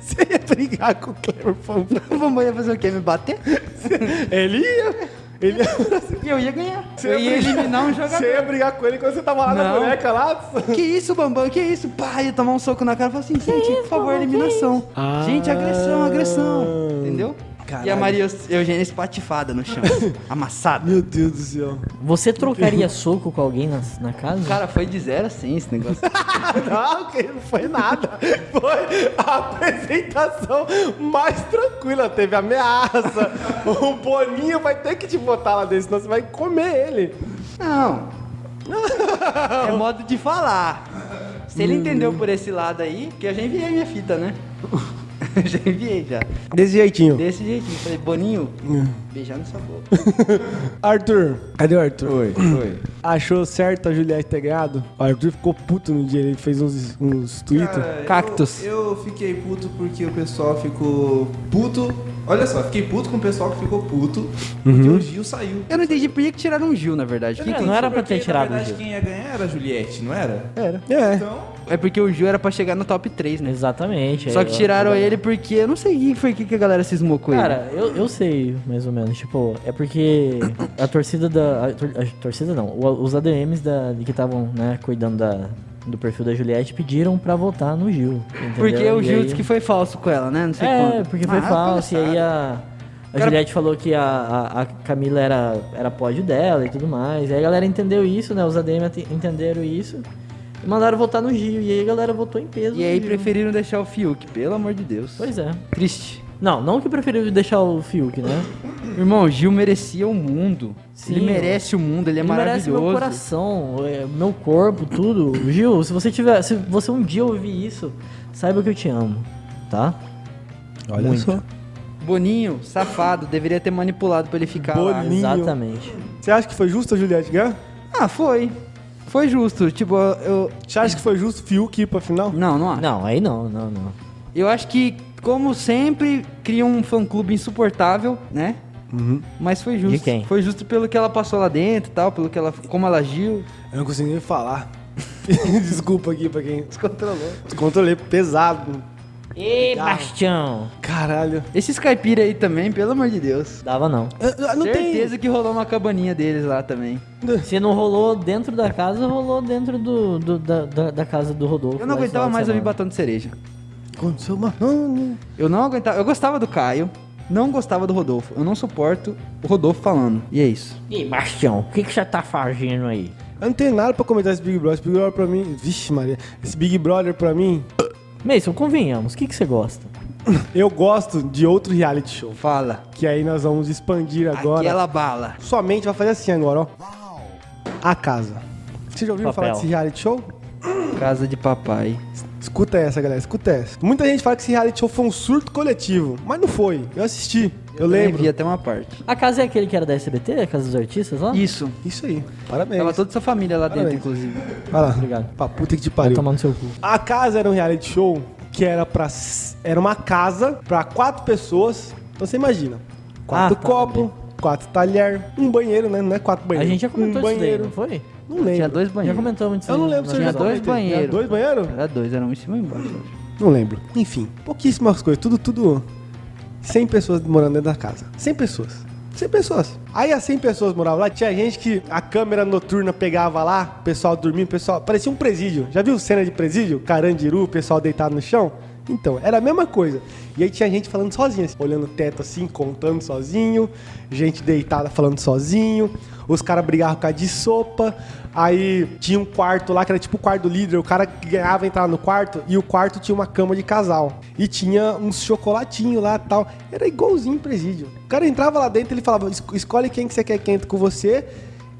S2: Você ia brigar com o Cleber Pompeu.
S3: O Bambu ia fazer o quê? Me bater?
S2: Ele ia... Ele ia...
S3: E eu ia ganhar.
S2: Você
S3: eu ia
S2: brigar-
S3: eliminar um jogador.
S2: Você ia brigar com ele quando você tava lá na
S3: Não.
S2: boneca lá?
S3: Que isso, Bambam? Que isso? Pá, ia tomar um soco na cara e falar assim, gente, por favor, eliminação.
S2: Ah.
S3: Gente, agressão, agressão. Entendeu? E a
S2: Caralho.
S3: Maria Eugênia espatifada no chão. amassada.
S2: Meu Deus do céu.
S1: Você trocaria soco com alguém na, na casa?
S3: Cara, foi de zero a 100 esse negócio.
S2: Não, que não foi nada. Foi a apresentação mais tranquila. Teve ameaça. O Boninho vai ter que te botar lá dentro, senão você vai comer ele.
S3: Não. É modo de falar. Se ele entendeu por esse lado aí, porque eu já enviei minha fita, né? Eu já enviei já.
S2: Desse jeitinho.
S3: Desse jeitinho. Falei, Boninho, beijar na sua boca.
S2: Arthur, cadê o Arthur?
S4: Oi, oi.
S2: Achou certo a Juliette ter ganhado? O Arthur ficou puto no dia, ele fez uns, uns
S4: Cara, eu-
S3: Cactus.
S4: Eu, fiquei puto porque o pessoal ficou puto. Olha só, fiquei puto com o pessoal que ficou puto porque
S3: Uhum.
S4: o Gil saiu.
S3: Eu não entendi por que que tiraram um Gil, na verdade. Que-
S1: Não, não era pra ter
S4: Porque,
S1: tirado o
S4: Na verdade,
S1: Gil.
S4: quem ia ganhar era a Juliette, não era?
S2: Era. É.
S4: Então,
S3: É porque o Gil era pra chegar no top 3, né?
S1: Exatamente. é,
S3: Só
S1: aí,
S3: que
S1: ó.
S3: tiraram ele porque eu não sei o que foi que que a galera cismou com ele.
S1: Cara, eu, eu sei, mais ou menos. Tipo, é porque a torcida da. A, tor- a torcida não. o- os ADMs da, de que estavam, né, cuidando da, do perfil da Juliette pediram pra votar no Gil. entendeu?
S3: Porque é o
S1: E
S3: Gil
S1: aí-
S3: disse que foi falso com ela, né? Não sei
S1: É,
S3: quanto.
S1: porque foi
S3: Ah,
S1: falso. E aí
S3: palhaçada.
S1: a. A Juliette falou que a, a, a Camila era, era pódio dela e tudo mais. E aí a galera entendeu isso, né? Os ADM ate- entenderam isso. E mandaram votar no Gil. E aí a galera votou em peso.
S3: E aí
S1: no Gil.
S3: preferiram deixar o Fiuk, pelo amor de Deus.
S1: Pois é.
S3: Triste.
S1: Não, não que preferiu deixar o Fiuk, né?
S3: Irmão, o Gil merecia o mundo.
S1: Sim,
S3: ele merece o mundo, ele é
S1: Ele merece
S3: maravilhoso.
S1: meu coração, é, meu corpo, tudo. Gil, se você tiver. Se você um dia ouvir isso, saiba que eu te amo, tá?
S2: Olha
S1: Muito.
S2: só.
S3: Boninho, safado, deveria ter manipulado pra ele ficar lá.
S2: Boninho.
S1: Exatamente.
S2: Você acha que foi justo a Juliette ganhar?
S3: Ah, foi. Foi justo. Tipo, eu.
S2: Você acha que foi justo o Fiuk ir pra final?
S3: Não, não acho.
S1: Não, aí não, não, não.
S3: Eu acho que, como sempre, cria um fã-clube insuportável, né?
S2: Uhum.
S3: Mas foi justo.
S1: De quem?
S3: Foi justo pelo que ela passou lá dentro e tal, pelo que ela, como ela agiu.
S2: Eu não consigo nem falar. Desculpa aqui pra quem
S3: Descontrolou.
S2: Descontrolei pesado.
S1: Ê, Bastião!
S2: Caralho.
S3: Esses caipira aí também, pelo amor de Deus.
S1: Dava não.
S2: Eu- eu- Ah, Não
S3: Certeza que rolou uma cabaninha deles lá também.
S1: Se não rolou dentro da casa, rolou dentro do, do- da, da- da casa do Rodolfo.
S3: Eu não
S1: lá esse
S3: aguentava
S1: final de
S3: mais ouvir
S1: semana.
S3: batom de cereja.
S2: tem. Aconteceu uma. Não, não.
S3: Eu não aguentava. Eu gostava do Caio, não gostava do Rodolfo. Eu não suporto o Rodolfo falando. E é isso.
S1: Ê, Bastião, o que, que você tá fazendo aí?
S2: Eu não tenho nada pra comentar esse Big Brother. Esse Big Brother pra mim. Vixe, Maria. Esse Big Brother pra mim.
S1: Mason, convenhamos, o que, que você gosta?
S2: Eu gosto de outro reality show.
S3: Fala.
S2: Que aí nós vamos expandir agora.
S3: Aquela bala.
S2: Sua mente vai fazer assim agora, ó. A casa. Vocês já ouviram
S1: Papel.
S2: falar desse reality show?
S3: Casa de papai.
S2: Escuta essa, galera. Escuta essa. Muita gente fala que esse reality show foi um surto coletivo. Mas não foi. Eu assisti. Eu, lembro.
S3: Vi até uma parte.
S1: A casa é aquele que era da SBT, a casa dos artistas lá?
S3: Isso.
S2: Isso aí. Parabéns.
S3: Tava toda essa família lá dentro,
S2: Parabéns.
S3: inclusive.
S2: Vai lá.
S1: Obrigado.
S2: Pra puta que te pariu.
S1: Tomar no seu cu.
S2: A casa era um reality show que era para era uma casa para quatro pessoas. Então você imagina, quatro
S1: Ah, tá,
S2: copos, quatro talher, um banheiro, né? Não é quatro
S1: A
S2: banheiros.
S1: gente já comentou
S2: um
S1: isso daí, né?
S2: banheiro.
S1: não foi?
S2: Não lembro.
S3: Tinha dois
S1: Já
S3: banheiros.
S1: comentamos isso
S2: Eu não
S1: aí
S2: lembro se eu
S1: no
S2: já
S3: Tinha dois
S1: episódio.
S2: comentei. Tinha
S3: banheiros.
S2: Dois banheiros?
S3: Era dois, era um em cima e embaixo. eu acho.
S2: Não lembro. Enfim, pouquíssimas coisas. Tudo, tudo. 100 pessoas morando dentro da casa. 100 pessoas. 100 pessoas. Aí as 100 pessoas moravam lá. Tinha gente que a câmera noturna pegava lá, o pessoal dormindo, o pessoal. Parecia um presídio. Já viu cena de presídio? Carandiru, o pessoal deitado no chão? Então, era a mesma coisa. E aí tinha gente falando sozinha, assim, olhando o teto assim, contando sozinho, gente deitada falando sozinho, os caras brigavam por causa de sopa. Aí tinha um quarto lá que era tipo o quarto do líder, o cara que ganhava entrar no quarto e o quarto tinha uma cama de casal. E tinha uns chocolatinhos lá e tal. Era igualzinho presídio. O cara entrava lá dentro, ele falava: "Es- escolhe quem que você quer que entre com você.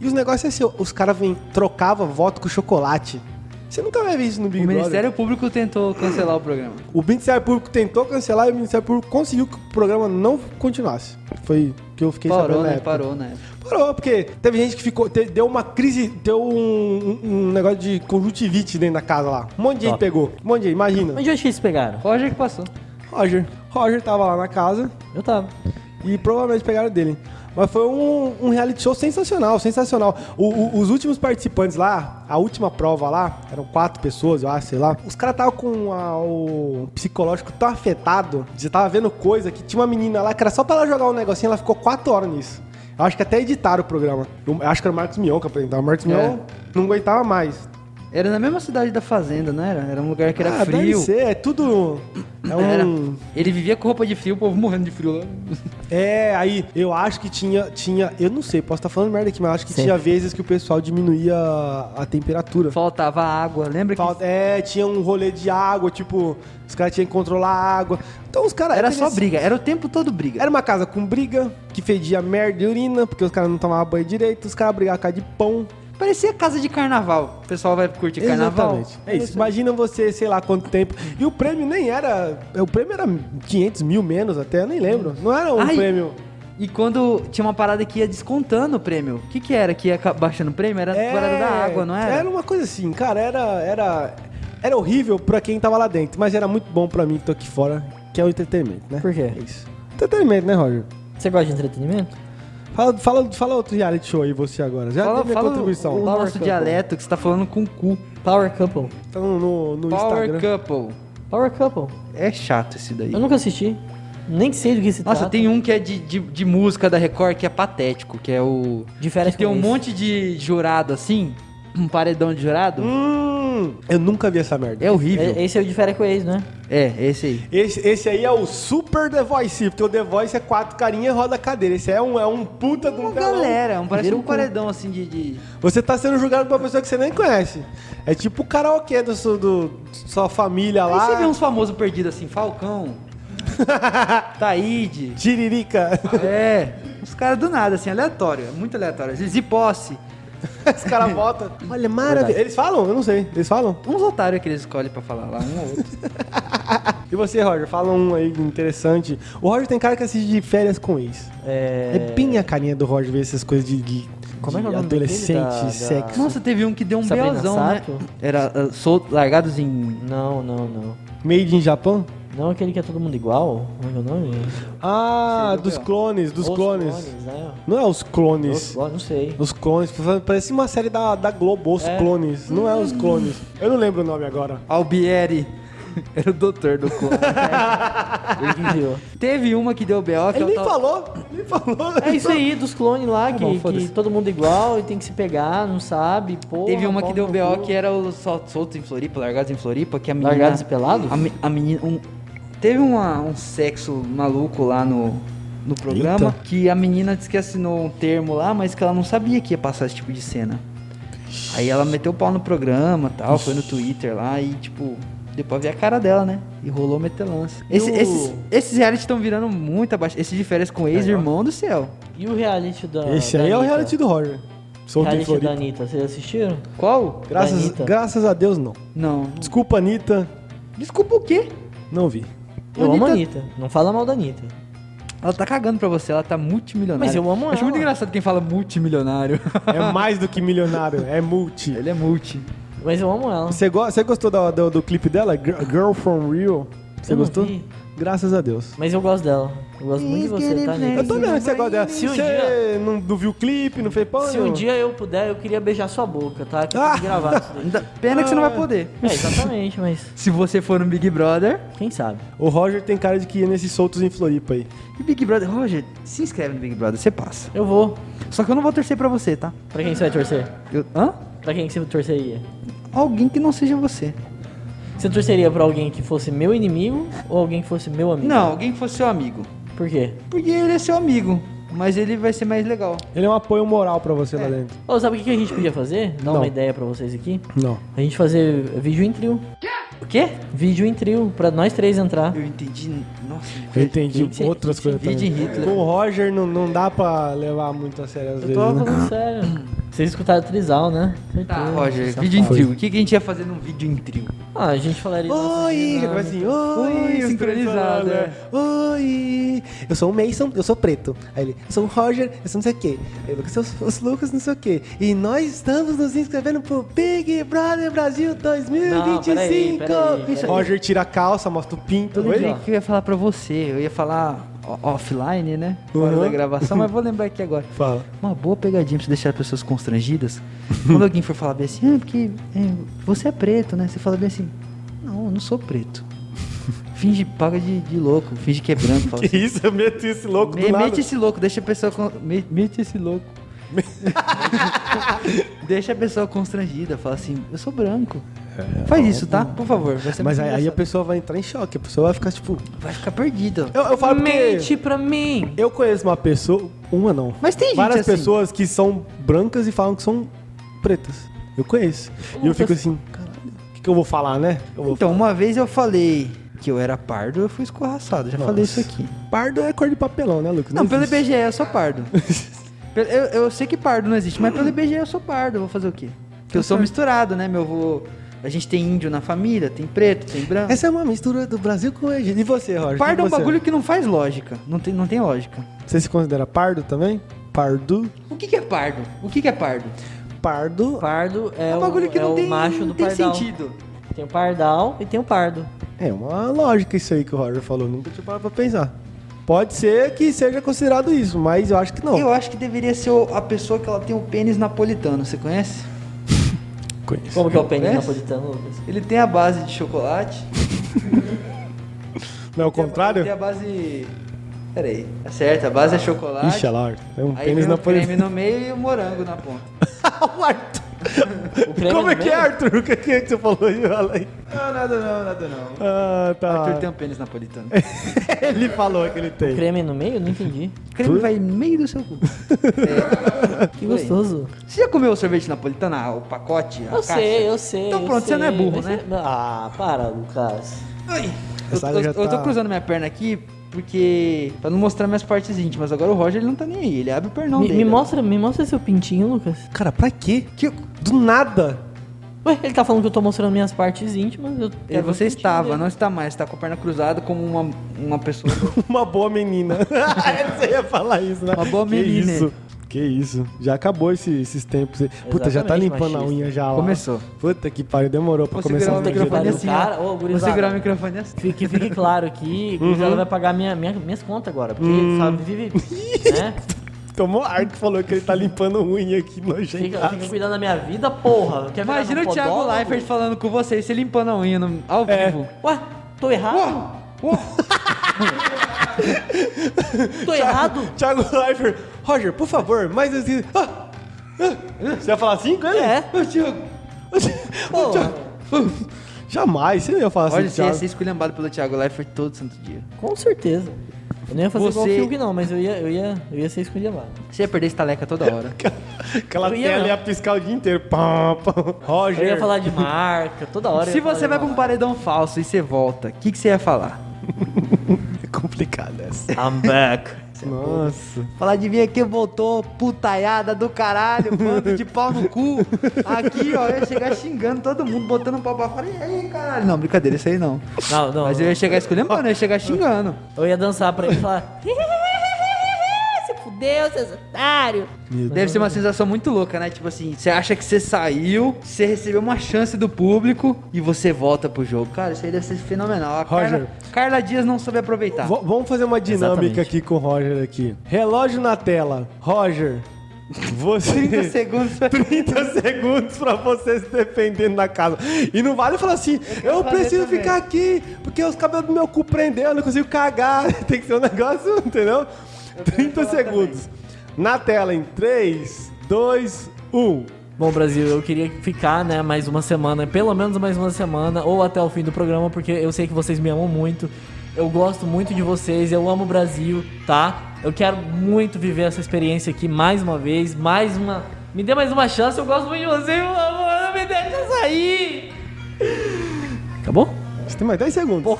S2: E os negócios é seu. Os caras vêm- trocavam voto com chocolate. Você nunca vai ver isso no Big
S3: O
S2: Brother.
S3: Ministério Público tentou cancelar o programa.
S2: O Ministério Público tentou cancelar e o Ministério Público conseguiu que o programa não continuasse. Foi o que eu fiquei
S3: Parou,
S2: sabendo na
S3: né?
S2: é época.
S3: Parou, né?
S2: Parou, porque teve gente que ficou. te- deu uma crise, deu um, um- um negócio de conjuntivite dentro da casa lá. Um monte de gente
S1: Top.
S2: pegou. Um monte de gente, imagina.
S1: Onde eu acho que eles pegaram?
S3: Roger que passou.
S2: Roger. Roger tava lá na casa
S1: Eu tava.
S2: e provavelmente pegaram dele. Mas foi um, um reality show sensacional, sensacional. O- o- os últimos participantes lá, a última prova lá, eram quatro pessoas, eu acho, sei lá. Os caras estavam com a- o psicológico tão afetado, você tava vendo coisa que tinha uma menina lá que era só pra ela jogar um negocinho, ela ficou quatro horas nisso. Eu acho que até editaram o programa. Eu acho que era o Marcos Mion que apresentava. O Marcos
S3: É.
S2: Mion não aguentava mais.
S3: Era na mesma cidade da fazenda, não era? Era um lugar que era
S2: ah, deve
S3: frio.
S2: ser, é tudo... É um...
S3: Era. Ele vivia com roupa de frio, o povo morrendo de frio lá.
S2: É, aí eu acho que tinha, tinha, eu não sei, posso estar falando merda aqui, mas eu acho que
S1: Sim.
S2: tinha vezes que o pessoal diminuía a, a temperatura.
S3: Faltava água, lembra que
S2: Falta- É, tinha um rolê de água, tipo, os caras tinham que controlar a água. Então os caras.
S3: era
S2: teve
S3: só
S2: esse-
S3: briga, era o tempo todo briga.
S2: Era uma casa com briga, que fedia merda e urina, porque os caras não tomavam banho direito, os caras brigavam por causa de pão.
S3: Parecia casa de carnaval. O pessoal vai curtir carnaval.
S2: Exatamente. É isso. Imagina você, sei lá quanto tempo. E o prêmio nem era. O prêmio era 500 mil menos até, eu nem lembro. Não era um
S3: Ai.
S2: prêmio.
S3: E quando tinha uma parada que ia descontando o prêmio. O que que era que ia ca- baixando o prêmio? Era a parada Tá da água, não era?
S2: É. Era uma coisa assim, cara, era, era, era horrível pra quem tava lá dentro, mas era muito bom pra mim que tô aqui fora, que é o entretenimento, né?
S1: Por quê?
S2: É isso. Entretenimento, né, Roger?
S1: Você gosta de entretenimento?
S2: Fala, fala, fala outro reality show aí, você agora. Já
S3: Fala,
S2: deu minha
S3: fala
S2: contribuição.
S3: o, o
S2: Power
S3: nosso
S2: Couple.
S3: dialeto que você tá falando com o cu.
S1: Power Couple.
S2: Tá no, no, no
S3: Power
S2: Instagram.
S3: Couple.
S1: Power Couple.
S3: É chato esse daí.
S1: Eu nunca assisti. Nem sei do que se
S3: Nossa,
S1: trata.
S3: tem um que é de, de, de música da Record que é patético, que é o.
S1: De férias
S3: que tem
S1: com
S3: um
S1: ex.
S3: monte de jurado assim, um paredão de jurado.
S2: Hum, eu nunca vi essa merda.
S3: É horrível.
S1: É- Esse é o de férias com ex, né?
S3: É, esse aí.
S2: Esse, esse aí é o Super The Voice, porque o The Voice é quatro carinhas e roda a cadeira. Esse é um, é um puta de um
S3: Uma
S2: telão.
S3: galera, um, parece
S1: Vira
S3: um
S1: o cu.
S3: paredão assim de. de-
S2: Você tá sendo julgado por uma pessoa que você nem conhece. É tipo o karaokê do, su- do, sua família
S3: Aí
S2: lá.
S1: é
S3: você vê uns famosos perdidos assim, Falcão, Taíde.
S2: Tiririca.
S3: É, os caras do nada, assim, aleatório, é muito aleatório. Zizi Posse,
S2: Os caras votam. Olha, maravilha. Eles falam? Eu não sei. Eles falam?
S3: uns otários que eles escolhem pra falar lá, um ou outro.
S2: E você, Roger? Fala um aí interessante. O Roger tem cara que assiste de férias com ex. É,
S1: É...
S2: bem a carinha do Roger ver essas coisas de, de,
S1: Como é
S2: de
S1: que é o nome
S2: adolescente,
S1: daquele da- da-
S2: sexo.
S3: Nossa, teve um que deu um
S1: Sabrina
S3: belzão, né?
S1: Sato?
S3: Era ah, sol- largados em
S1: Não, não, não.
S2: Made in Japão?
S1: Não aquele que é todo mundo igual? Como é que é o nome?
S2: Ah,
S3: Sim, do
S2: dos
S3: B.O.
S2: clones, dos
S1: Os
S2: clones.
S1: né?
S2: Não é os
S1: Os
S2: clones.
S1: clones, não sei.
S2: Os clones, parece uma série da, da Globo, os
S1: É.
S2: clones. Não é os clones. Eu não lembro o nome agora.
S3: Albieri. Era o doutor do clone.
S1: Ele que criou.
S3: Teve uma que deu B.O. que
S2: Ele
S3: é o
S2: nem
S3: tal-
S2: falou, nem falou.
S1: É isso aí, dos clones lá, que,
S3: bom,
S1: que
S3: foda-se.
S1: todo mundo igual e tem que se pegar, não sabe, porra.
S3: Teve uma que
S1: pau
S3: deu
S1: no
S3: B.O.
S1: cu.
S3: que era o sol- solto em Floripa, largados em Floripa, que a menina...
S1: Largados e pelados?
S3: A, me- a menina... um- teve uma- um sexo maluco lá no, no programa, que a menina disse que assinou um termo lá, mas que ela não sabia que ia passar esse tipo de cena. Aí ela meteu o pau no programa tal, foi no Twitter lá e, tipo... Deu pra ver a cara dela, né? E rolou metelança. Esse,
S1: o- É,
S3: esses, esses reality estão virando muito abaixo. Esse de férias com ex, irmão do céu.
S1: E o reality da.
S2: Esse
S1: da
S2: aí é o
S1: Anitta?
S2: reality do Roger. Solto em
S1: Reality da
S2: Floripa.
S1: Anitta, vocês assistiram?
S3: Qual?
S1: da
S2: Graças,
S1: Anitta.
S2: graças a Deus, não.
S3: Não.
S2: Desculpa, Anitta,
S3: Desculpa o quê?
S2: não vi.
S1: Eu amo a
S3: Anitta-
S1: Anitta. Não fala mal da Anitta.
S3: Ela tá cagando pra você, ela tá multimilionária.
S1: Mas eu amo
S3: Acho
S1: ela.
S3: muito engraçado quem fala multimilionário.
S2: É mais do que milionário, é multi.
S3: Ele é multi.
S1: Mas eu amo ela.
S2: Você, go você gostou da- do, do clipe dela? Gir- Girl from Rio? Você
S1: Eu não
S2: gostou?
S1: vi.
S2: Graças a Deus.
S1: Mas eu gosto dela. Eu gosto muito de você, tá, Anitta?
S2: Eu tô vendo que você gosta dela.
S1: Se um
S2: Você não, não viu o clipe, não fez pão?
S1: Se um dia eu puder, eu queria beijar sua boca, tá? Que eu
S2: Ah!
S1: tenho gravado isso daí.
S3: Ainda- Pena que você não vai poder.
S1: É, exatamente, mas
S3: Se você for no Big Brother.
S1: quem sabe?
S2: O Roger tem cara de que ia nesses soltos em Floripa aí.
S3: E Big Brother, Roger, se inscreve no Big Brother, você passa.
S1: Eu vou.
S3: Só que eu não vou torcer pra você, tá?
S1: Pra quem você vai torcer?
S3: Eu- hã?
S1: Pra quem que você torceria?
S3: Alguém que não seja você.
S1: Você torceria pra alguém que fosse meu inimigo ou alguém que fosse meu amigo?
S3: Não, alguém que fosse seu amigo.
S1: Por quê?
S3: Porque ele é seu amigo, mas ele vai ser mais legal.
S2: Ele é um apoio moral pra você
S1: É.
S2: lá dentro.
S1: Ô, sabe o que que a gente podia fazer? Dar
S2: Não.
S1: uma ideia pra vocês aqui.
S2: Não.
S1: A gente fazer vídeo em trio. O quê? Vídeo em trio, pra nós três entrar.
S3: Eu entendi. Nossa,
S2: Eu entendi
S1: Sim, sim.
S2: outras coisas
S3: Vídeo
S2: também.
S3: em Hitler.
S2: Com o Roger não, não dá pra levar muito a sério às
S1: Eu
S2: vezes,
S3: Ah.
S1: tô
S2: né?
S1: falando sério. Vocês escutaram Trisal, né?
S3: Tá,
S1: Certeza.
S3: Roger,
S1: Essa
S3: vídeo em
S1: parte.
S3: trio. O que, que a gente ia fazer num vídeo em trio?
S1: Ah, a gente falaria.
S2: Oi, já
S1: nossa né?
S2: começa assim,
S1: dinâmica.
S2: oi,
S3: Oi,
S2: os
S3: sincronizado,
S2: três falando, né? Oi, eu sou o Mason, eu sou preto. Aí ele, eu sou o Roger, eu sou não sei o quê. Aí o Lucas, eu sou os Lucas, não sei o quê. E nós estamos nos inscrevendo pro Big Brother Brasil 2025.
S1: Não, peraí, peraí, peraí.
S2: Roger tira a calça, mostra o pinto.
S3: Eu lembrei
S2: Oi?
S3: que eu ia falar pra você. Eu ia falar o- offline, né? Fora
S2: Uhum.
S3: da gravação, mas vou lembrar aqui agora.
S2: Fala.
S3: Uma boa pegadinha pra você deixar as pessoas constrangidas. Quando alguém for falar bem assim, ah, porque é, você é preto, né? Você fala bem assim, não, eu não sou preto. Finge, paga de, de louco, finge que é branco. Fala assim,
S2: isso, eu meto esse louco
S3: "Me- mete esse louco, deixa a pessoa. Con... me- Mete esse louco. deixa a pessoa constrangida, fala assim, eu sou branco. Faz isso, tá? Por favor. Vai ser
S2: É, Mas
S3: muito
S2: aí, aí a
S3: engraçado.
S2: pessoa vai entrar em choque, a pessoa vai ficar tipo...
S3: Vai ficar perdida.
S2: Eu, eu falo porque
S1: Mente pra mim!
S2: eu conheço uma pessoa, uma não,
S3: Mas tem gente
S2: várias
S3: assim.
S2: pessoas que são brancas e falam que são pretas. Eu conheço. E eu
S1: Lucas.
S2: fico assim, caralho, o que, que eu vou falar, né? Eu vou
S3: Então, uma vez eu falei que eu era pardo, eu fui escorraçado. Já
S2: Nossa.
S3: falei isso aqui.
S2: falar. Pardo é cor de papelão, né, Lucas?
S3: Não, pelo
S2: existe.
S3: IBGE eu sou pardo. Pe- eu, eu sei que pardo não existe, mas pelo IBGE eu sou pardo. eu Vou fazer o quê? Porque eu sou misturado, né? Meu avô. A gente tem índio na família, tem preto, tem branco.
S2: Essa é uma mistura do Brasil com o Egito. E você, Roger?
S3: Pardo é um
S2: Quem você
S3: bagulho que não faz lógica. Não tem, não tem lógica.
S2: Você se considera pardo também? Pardo?
S3: O que, que é pardo? O que, que é pardo?
S2: Pardo.
S1: Pardo é,
S3: um bagulho
S1: o,
S3: que
S1: é
S3: não
S1: o
S3: tem,
S1: macho
S3: não
S1: do
S3: tem
S1: pardal.
S3: sentido.
S1: Tem o pardal e tem o pardo.
S2: É uma lógica isso aí que o Roger falou. Nunca tinha parado pra pensar. Pode ser que seja considerado isso, mas eu acho que não.
S3: Eu acho que deveria ser o- a pessoa que ela tem o pênis napolitano, você conhece?
S2: conheço.
S1: Como que é o pênis
S3: Conhece?
S1: napolitano, Lucas?
S3: Ele tem a base de chocolate.
S2: Não é o
S3: Tem a
S2: contrário?
S3: base. Peraí. Tá certo, a base é chocolate.
S2: Ixi, olha lá. É um
S3: aí
S2: pênis
S3: vem
S2: na
S3: o creme
S2: polícia.
S3: no meio e o morango na ponta.
S1: O creme
S2: Como é
S1: do
S2: que é,
S1: meio?
S2: Arthur? O que é que você falou aí? Fala aí.
S4: Não, nada não, nada não.
S2: Ah, É. tá.
S3: Arthur tem um pênis napolitano.
S2: Ele falou que ele tem.
S1: Creme no meio? Não entendi.
S3: creme vai no meio do seu cu. É.
S1: Que
S3: Por aí.
S1: gostoso.
S3: Você já comeu sorvete napolitano? Ah, o pacote? a
S1: Eu
S3: caixa?
S1: sei, eu sei.
S3: Então
S1: eu
S3: pronto, você não é
S1: sei,
S3: burro,
S1: mas
S3: né?
S1: você- Ah, para, Lucas.
S3: Ai,
S2: Essa
S3: eu,
S2: área
S3: eu-
S2: já
S3: eu
S2: tá-
S3: tô cruzando minha perna aqui porque. pra não mostrar minhas partes íntimas. Agora o Roger ele não tá nem aí, ele abre o pernão
S1: Me,
S3: dele.
S1: me mostra, me mostra seu pintinho, Lucas.
S2: Cara, pra quê? Que- Do nada.
S1: Ué, ele tá falando que eu tô mostrando minhas partes íntimas. Eu
S3: E
S1: quero ver
S3: você
S1: o pintinho
S3: estava,
S1: dele.
S3: não está mais, está com a perna cruzada como uma, uma pessoa.
S2: Uma boa menina. você ia falar isso, né?
S3: Uma boa menina.
S2: Que isso. Que isso. Já acabou esse- esses tempos. aí. Puta, já tá
S1: Exatamente,
S2: limpando a
S1: machista.
S2: unha já lá.
S3: Começou.
S2: Puta que pariu, demorou pra
S3: Vou
S2: começar
S3: segurar o
S2: os
S1: microfone
S3: microfone
S2: projetos.
S1: dele.
S3: assim,
S1: Cara, ô,
S3: ó. Vou
S1: gurizada.
S3: segurar o microfone assim.
S1: Fique- Que fique claro que ela
S3: Uhum.
S1: vai pagar minha, minha- minhas contas agora. Porque
S3: Hum.
S1: sabe, vive. né?
S2: Tomou ar que falou que ele tá limpando unha aqui nojento.
S1: Fica, fica cuidando da minha vida, porra. Quer virar
S3: Imagina
S1: um
S3: o Thiago
S1: podólogo?
S3: Leifert falando com vocês, você limpando a unha no- ao
S2: É.
S3: vivo.
S1: Ué, tô errado? Tô errado?
S2: Thiago Leifert, Roger, por favor, mais assim. Ah, ah. Você ia falar assim com ele?
S1: É.
S3: Ô, Thiago.
S1: Pô,
S2: Jamais, você não ia falar
S3: Olha,
S2: assim,
S3: você ia
S2: Thiago.
S3: ser esculhambado pelo Thiago Leifert todo santo dia.
S1: com certeza. Eu não ia fazer igual o
S3: Você-
S1: Fiuk, não, mas eu ia, eu ia, eu ia ser esculhambado.
S3: Você ia perder estaleca toda hora.
S2: Aquela
S1: Eu ia
S2: tela
S1: não.
S2: ia piscar o dia inteiro. Pam, pam. Roger.
S1: Eu ia falar de marca, toda hora. eu
S3: Se
S1: ia falar
S3: você
S1: de
S3: vai pra um
S1: marca.
S3: paredão falso e você volta, o que, que você ia falar?
S2: É complicado essa.
S1: I'm back.
S2: Nossa.
S3: Falar de mim aqui voltou, putaiada do caralho, bando de pau no cu. Aqui, ó, eu ia chegar xingando todo mundo, botando pau pra fora. E aí, caralho? Não, brincadeira, isso aí não.
S1: Não, não.
S3: Mas eu ia chegar esculhambando, eu ia chegar xingando.
S1: Eu ia dançar pra ele e falar. Se fudeu, seus otários.
S3: Deve ser uma sensação muito louca, né? Tipo assim, você acha que você saiu, você recebeu uma chance do público e você volta pro jogo. Cara, isso aí deve ser fenomenal. A
S2: Roger.
S3: Carla, Carla Dias não soube aproveitar.
S2: V- vamos fazer uma dinâmica
S1: Exatamente.
S2: aqui com o Roger aqui. Relógio na tela. Roger, você...
S3: 30 segundos.
S2: 30 segundos pra você se defender na casa. E não vale falar assim, eu,
S3: quero fazer
S2: preciso
S3: também."
S2: ficar aqui, porque os cabelos do meu cu prendeu, eu não consigo cagar. Tem que ser um negócio, entendeu? 30 segundos. Na tela, em 3, 2, 1.
S1: Bom, Brasil, eu queria ficar, né, mais uma semana, pelo menos mais uma semana, ou até o fim do programa, porque eu sei que vocês me amam muito. Eu gosto muito de vocês, eu amo o Brasil, tá? Eu quero muito viver essa experiência aqui mais uma vez, mais uma. Me dê mais uma chance, eu gosto muito de vocês, por favor, não me deixa sair! Acabou?
S2: Você tem mais 10 segundos.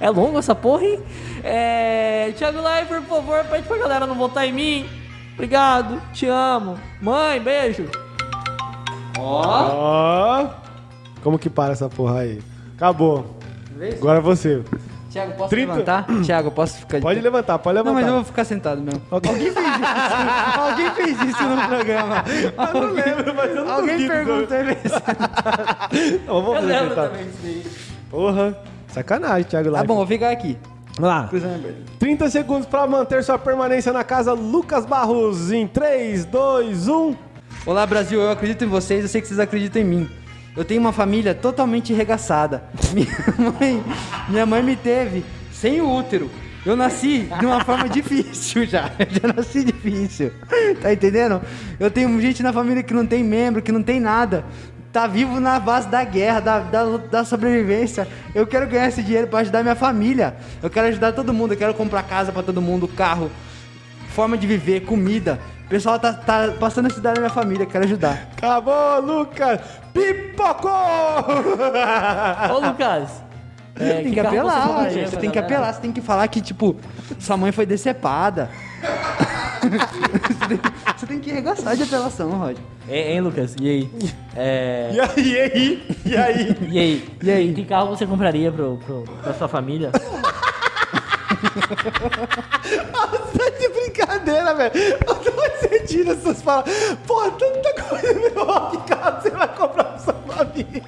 S1: É longo essa porra, hein? É... Thiago Leifert, por favor, pede pra galera não votar em mim. Obrigado, te amo. Mãe, beijo. Ó.
S2: Ó. Como que para essa porra aí? Acabou. Agora é você.
S3: Tiago, posso
S2: 30?
S3: levantar? Tiago, posso ficar de
S2: Pode
S3: pé?
S2: levantar, pode levantar.
S3: Não, mas eu vou ficar sentado mesmo.
S2: Ok.
S3: Alguém fez isso. tá Alguém fez isso no programa.
S2: Eu não lembro, mas eu não
S3: Alguém
S2: duvido. né?
S3: perguntou e fez.
S2: Não, eu vou
S1: Eu lembro
S2: levantar.
S1: também disso aí.
S2: Porra. Sacanagem, Thiago
S3: Tá
S2: Leifert.
S3: bom, vou ficar aqui.
S2: Vamos lá.
S3: Cruzando a perna.
S2: 30 segundos pra manter sua permanência na casa Lucas Barros em um. 3, 2, 1.
S3: Olá, Brasil, eu acredito em vocês, eu sei que vocês acreditam em mim. Eu tenho uma família totalmente enregaçada. Minha mãe, minha mãe me teve sem o útero. Eu nasci de uma forma difícil já. Eu já nasci difícil. Tá entendendo? Eu tenho gente na família que não tem membro, que não tem nada. Tá vivo na base da guerra, da, da, luta- da sobrevivência. Eu quero ganhar esse dinheiro pra ajudar minha família. Eu quero ajudar todo mundo. Eu quero comprar casa pra todo mundo, carro, forma de viver, comida. O pessoal tá, tá passando a cidade da minha família, quero ajudar.
S2: Acabou, Lucas! Pipocou!
S1: Ô, Lucas. é,
S3: tem que,
S1: carro
S3: apelar,
S1: daria
S3: gente. Você
S1: pra
S3: tem que
S1: galera?
S3: apelar, você tem que falar que, tipo, sua mãe foi decepada. você, tem, você tem que arregaçar de apelação, Roger.
S1: É, hein, Lucas? E aí? É...
S2: E aí, e aí, e aí?
S1: E aí?
S3: E aí?
S1: Que carro você compraria pro, pro, pra sua família?
S2: Tá de brincadeira, velho. Onde você tira essas palavras? Porra, tanta coisa meu rock, cara. Você vai comprar pra sua família.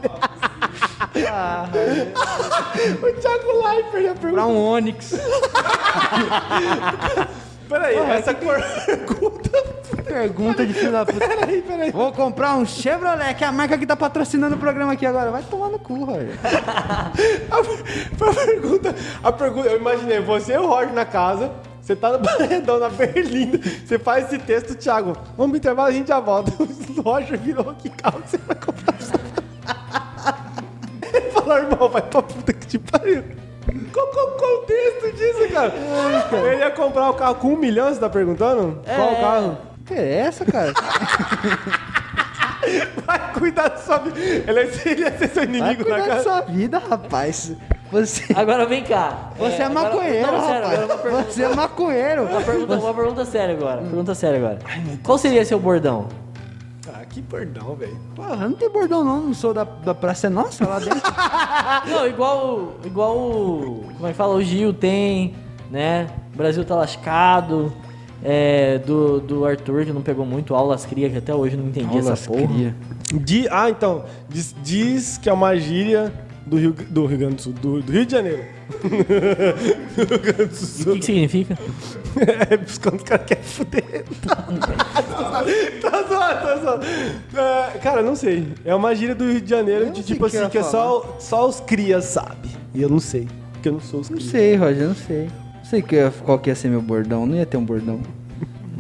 S2: o Thiago Leifert já perguntou.
S3: Pra um Onix.
S2: Peraí, essa pergunta.
S3: Pergunta de filho da puta.
S2: Peraí, peraí.
S3: Vou comprar um Chevrolet, que é a marca que tá patrocinando o programa aqui agora. Vai tomar no cu, Roger.
S2: A, per- a pergunta. A pergunta. Eu imaginei, você e o Roger na casa. Você tá no paredão na Berlinda. Você faz esse texto, Thiago. Vamos pro intervalo, a gente já volta. O Roger virou que carro que você vai comprar pra sua família?" Ele falou, irmão, vai pra puta que te pariu. Qual, qual, qual o texto disso, cara? Ele ia comprar o carro com um milhão, você tá perguntando? Qual o carro?
S3: Que é essa, cara?
S2: Vai cuidar da sua vida. Ele ia ser- ele ia ser seu
S3: Vai
S2: inimigo na
S3: cuidar da
S2: casa.
S3: sua vida, rapaz. Você...
S1: Agora vem cá.
S3: Você é,
S1: agora-
S3: maconheiro,
S1: Não, sério,
S3: rapaz.
S1: agora uma pergunta-
S3: Você é maconheiro.
S1: Uma pergunta, uma pergunta séria agora. Pergunta séria agora. Qual seria seu bordão?
S2: Ah, que perdão, velho.
S3: Porra, não tem bordão não, não sou da, da Praça é Nossa lá dentro.
S1: Ah, Não, igual. Igual. o- Como é que fala? O Gil tem, né? O Brasil tá lascado. É, do, do Arthur, que não pegou muito, aulas cria, que até hoje eu não entendi essa porra.
S2: Di- ah, então. Diz, diz que é uma gíria do Rio, do Rio Grande do Sul. Do, do Rio de Janeiro. do Rio Grande do
S1: O que,
S2: Sul.
S1: que significa?
S2: é buscando os caras que querem fuder. tá zoando, tá zoando. É, cara, não sei. É uma gíria do Rio de Janeiro
S3: Eu
S2: de
S3: não sei
S2: tipo
S3: o que eu
S2: assim,
S3: ia
S2: que é só, só os crias sabe. E eu não sei. Porque eu não sou os
S3: Não
S2: crias.
S3: sei, Roger, não sei. Não sei que ia- qual que ia ser meu bordão, não ia ter um bordão.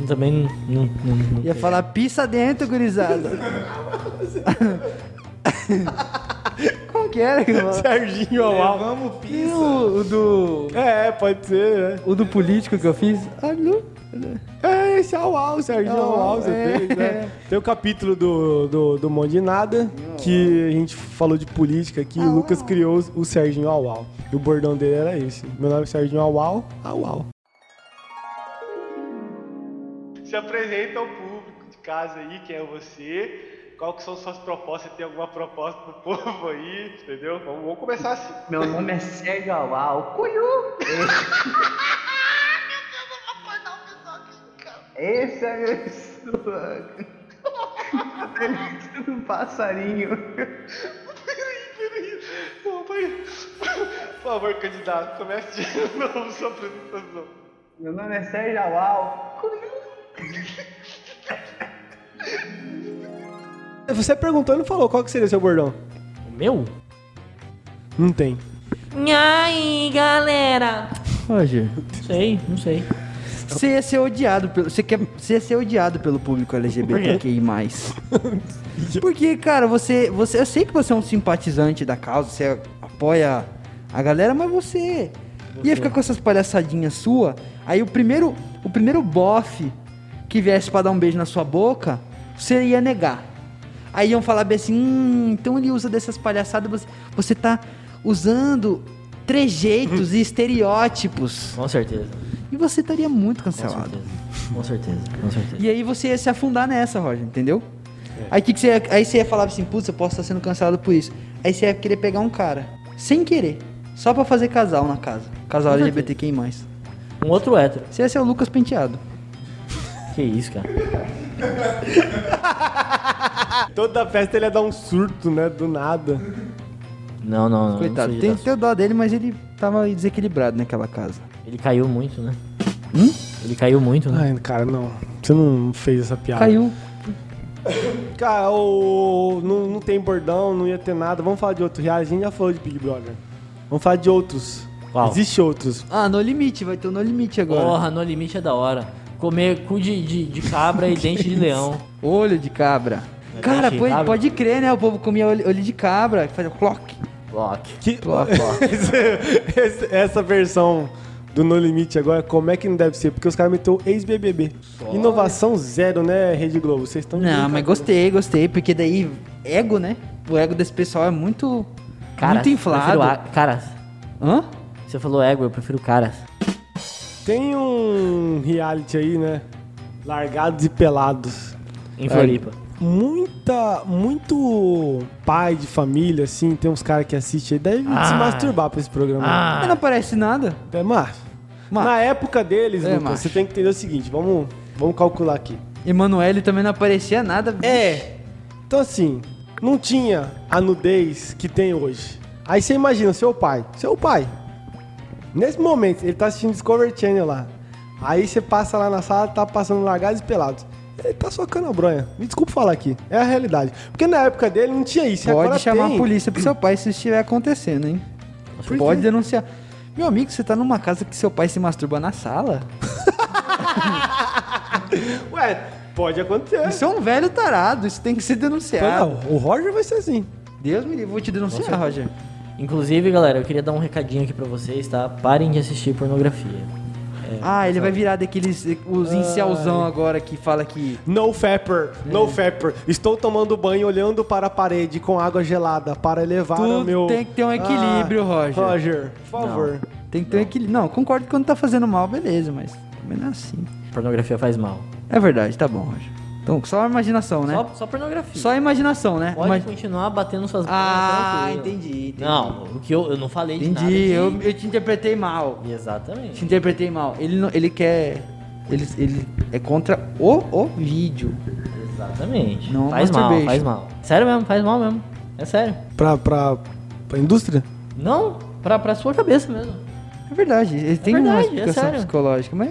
S1: Eu Também não. não, não, não.
S3: Ia falar pissa dentro, gurizada. Como que era que eu falava?
S2: Serginho Alau.
S4: Vamos,
S3: E
S4: pizza.
S3: o, o do.
S2: É, pode ser, né?
S3: O do político que eu fiz? Ah, não.
S2: É, esse é o Al, Serginho
S3: É o Al,
S2: Al, você
S3: é.
S2: fez, né? Tem o capítulo do, do, do Monte de Nada, que a gente falou de política aqui, e o Lucas criou o Serginho Al Al. E o bordão dele era esse. Meu nome é Serginho Al Al, Al Al.
S5: Se apresenta ao público de casa aí, quem é você, qual que são suas propostas, se tem alguma proposta pro povo aí, entendeu? Vamos, vamos começar assim.
S6: Meu nome é Sérgio Awal. Cuiu! Esse é meu slogan. A delícia do passarinho.
S5: Não, vai. Por favor, candidato, comece de novo sua apresentação.
S6: Meu nome é Sérgio Awal. Cuiu!
S2: Você perguntou e não falou qual que seria seu bordão.
S1: O meu?
S2: Não tem.
S1: E aí, galera?
S3: Roger,
S1: Não sei, não sei.
S3: Você ia ser odiado pelo. Você quer. Você ia ser odiado pelo público LGBTQI. Porque, cara, você, você. Eu sei que você é um simpatizante da causa, você apoia a galera, mas você. Ia ficar com essas palhaçadinhas sua. Aí o primeiro. O primeiro bofe que viesse pra dar um beijo na sua boca, você ia negar. Aí iam falar bem assim, hum, então ele usa dessas palhaçadas, você, você tá usando trejeitos e estereótipos.
S1: Com certeza.
S3: E você estaria muito
S1: Com
S3: cancelado.
S1: certeza. Com certeza. Com certeza.
S3: E aí você ia se afundar nessa, Roger, entendeu? Aí, que que você ia, aí você ia falar assim, putz, eu posso estar sendo cancelado por isso. Aí você ia querer pegar um cara, sem querer, só pra fazer casal na casa. Casal
S1: certeza.
S3: LGBTQI+. Você
S1: Um outro hétero.
S3: ia ser o Lucas Penteado.
S1: Que isso, cara.
S2: Toda festa ele ia dar um surto, né? Do nada.
S1: Não, Ah, não, tá. não.
S3: Coitado,
S1: não
S3: tem
S1: sou
S3: que ter o dó dele, mas ele tava desequilibrado naquela casa.
S1: Ele caiu muito, né?
S3: Hum?
S1: Ele caiu muito, né?
S2: Ai, cara, não. Você não fez essa
S1: Ah.
S2: piada.
S3: Caiu.
S2: Cara, o... não, não tem bordão, não ia ter nada. Vamos falar de outro reality. A gente já falou de Big Brother. Vamos falar de outros.
S1: Qual?
S2: Existe outros.
S3: Ah, no limite, vai ter o no limite agora.
S1: Porra, no limite é da hora. Comer cu de, de, de cabra e dente de leão.
S3: Olho de cabra.
S1: dente um
S3: Cara,
S1: de
S3: pode,
S1: cabra?
S3: pode crer, né? O povo comia olho, olho de cabra, que fazia clock.
S1: Lock.
S2: Que...
S3: Clock, clock.
S2: Esse- esse- essa versão do No Limite agora, como é que não deve ser? Porque os caras meteu ex-BBB. Inovação zero, né, Rede Globo? Vocês estão... de
S3: Não,
S2: brincadeira.
S3: mas gostei, gostei, porque daí ego, né? O ego desse pessoal é muito
S1: Caras.
S3: muito inflado.
S1: prefiro a- Ah. Caras.
S3: Hã?
S1: Você falou ego, eu prefiro caras.
S2: Tem um reality aí, né? Largados e pelados.
S1: Em Floripa.
S2: Muita, muito pai de família, assim, tem uns caras que assistem aí, deve se
S1: Ah.
S2: masturbar pra esse programa.
S3: Mas não aparece nada.
S2: É macho.
S3: Macho.
S2: Na época deles,
S3: É
S2: Lucas,
S3: macho.
S2: você tem que entender o seguinte, vamos, vamos calcular aqui.
S3: Emanuele também não aparecia nada.
S2: É. Então assim, não tinha a nudez que tem hoje. Aí você imagina, seu pai, seu pai. Nesse momento, ele tá assistindo Discovery Channel lá. Aí você passa lá na sala, tá passando largados e pelados. Ele tá socando a bronha. Me desculpa falar aqui. É a realidade. Porque na época dele não tinha isso. e agora
S3: Pode chamar
S2: tem.
S3: a polícia pro seu pai se isso estiver acontecendo, hein? Pode denunciar. Meu amigo, você tá numa casa que seu pai se masturba na sala?
S2: Ué, pode acontecer.
S3: Isso é um velho tarado, isso tem que ser
S2: é
S3: denunciado.
S2: Não, o Roger vai ser assim.
S3: Deus me livre, vou te denunciar, Roger.
S1: Inclusive, galera, eu queria dar um recadinho aqui pra vocês, tá? Parem de assistir pornografia.
S2: É.
S3: Ah, ele vai virar daqueles eh, os incelzão agora que fala que
S2: No Fapper, no Fapper. Estou tomando banho olhando para a parede com água gelada para elevar
S3: Tudo
S2: o meu. Ah,
S3: tem que ter um equilíbrio, Roger.
S2: Roger, por favor.
S3: Tem que ter um equilíbrio. Não, concordo que quando tá fazendo mal, beleza, mas também não é assim.
S1: Pornografia faz mal.
S3: É verdade, tá bom, Roger. Então, só a imaginação, né?
S1: Só, só pornografia.
S3: Só a imaginação, né?
S1: Pode
S3: Mas-
S1: continuar batendo suas
S3: Ah,
S1: bolas tranquilo.
S3: entendi, entendi.
S1: Não, o que eu, eu não falei de nada.
S3: Entendi,
S1: de-
S3: eu, eu te interpretei mal. Te
S1: Exatamente.
S3: interpretei mal. Ele não, ele quer... Ele, ele é contra o, o vídeo.
S1: Exatamente.
S3: Não,
S1: faz mal,
S3: masturbation.
S1: faz mal. Sério mesmo, faz mal mesmo. É sério.
S2: Pra, pra, pra indústria?
S1: Não, pra, pra sua cabeça mesmo.
S3: É verdade, ele tem uma
S1: verdade, é
S3: explicação
S1: sério.
S3: psicológica, mas...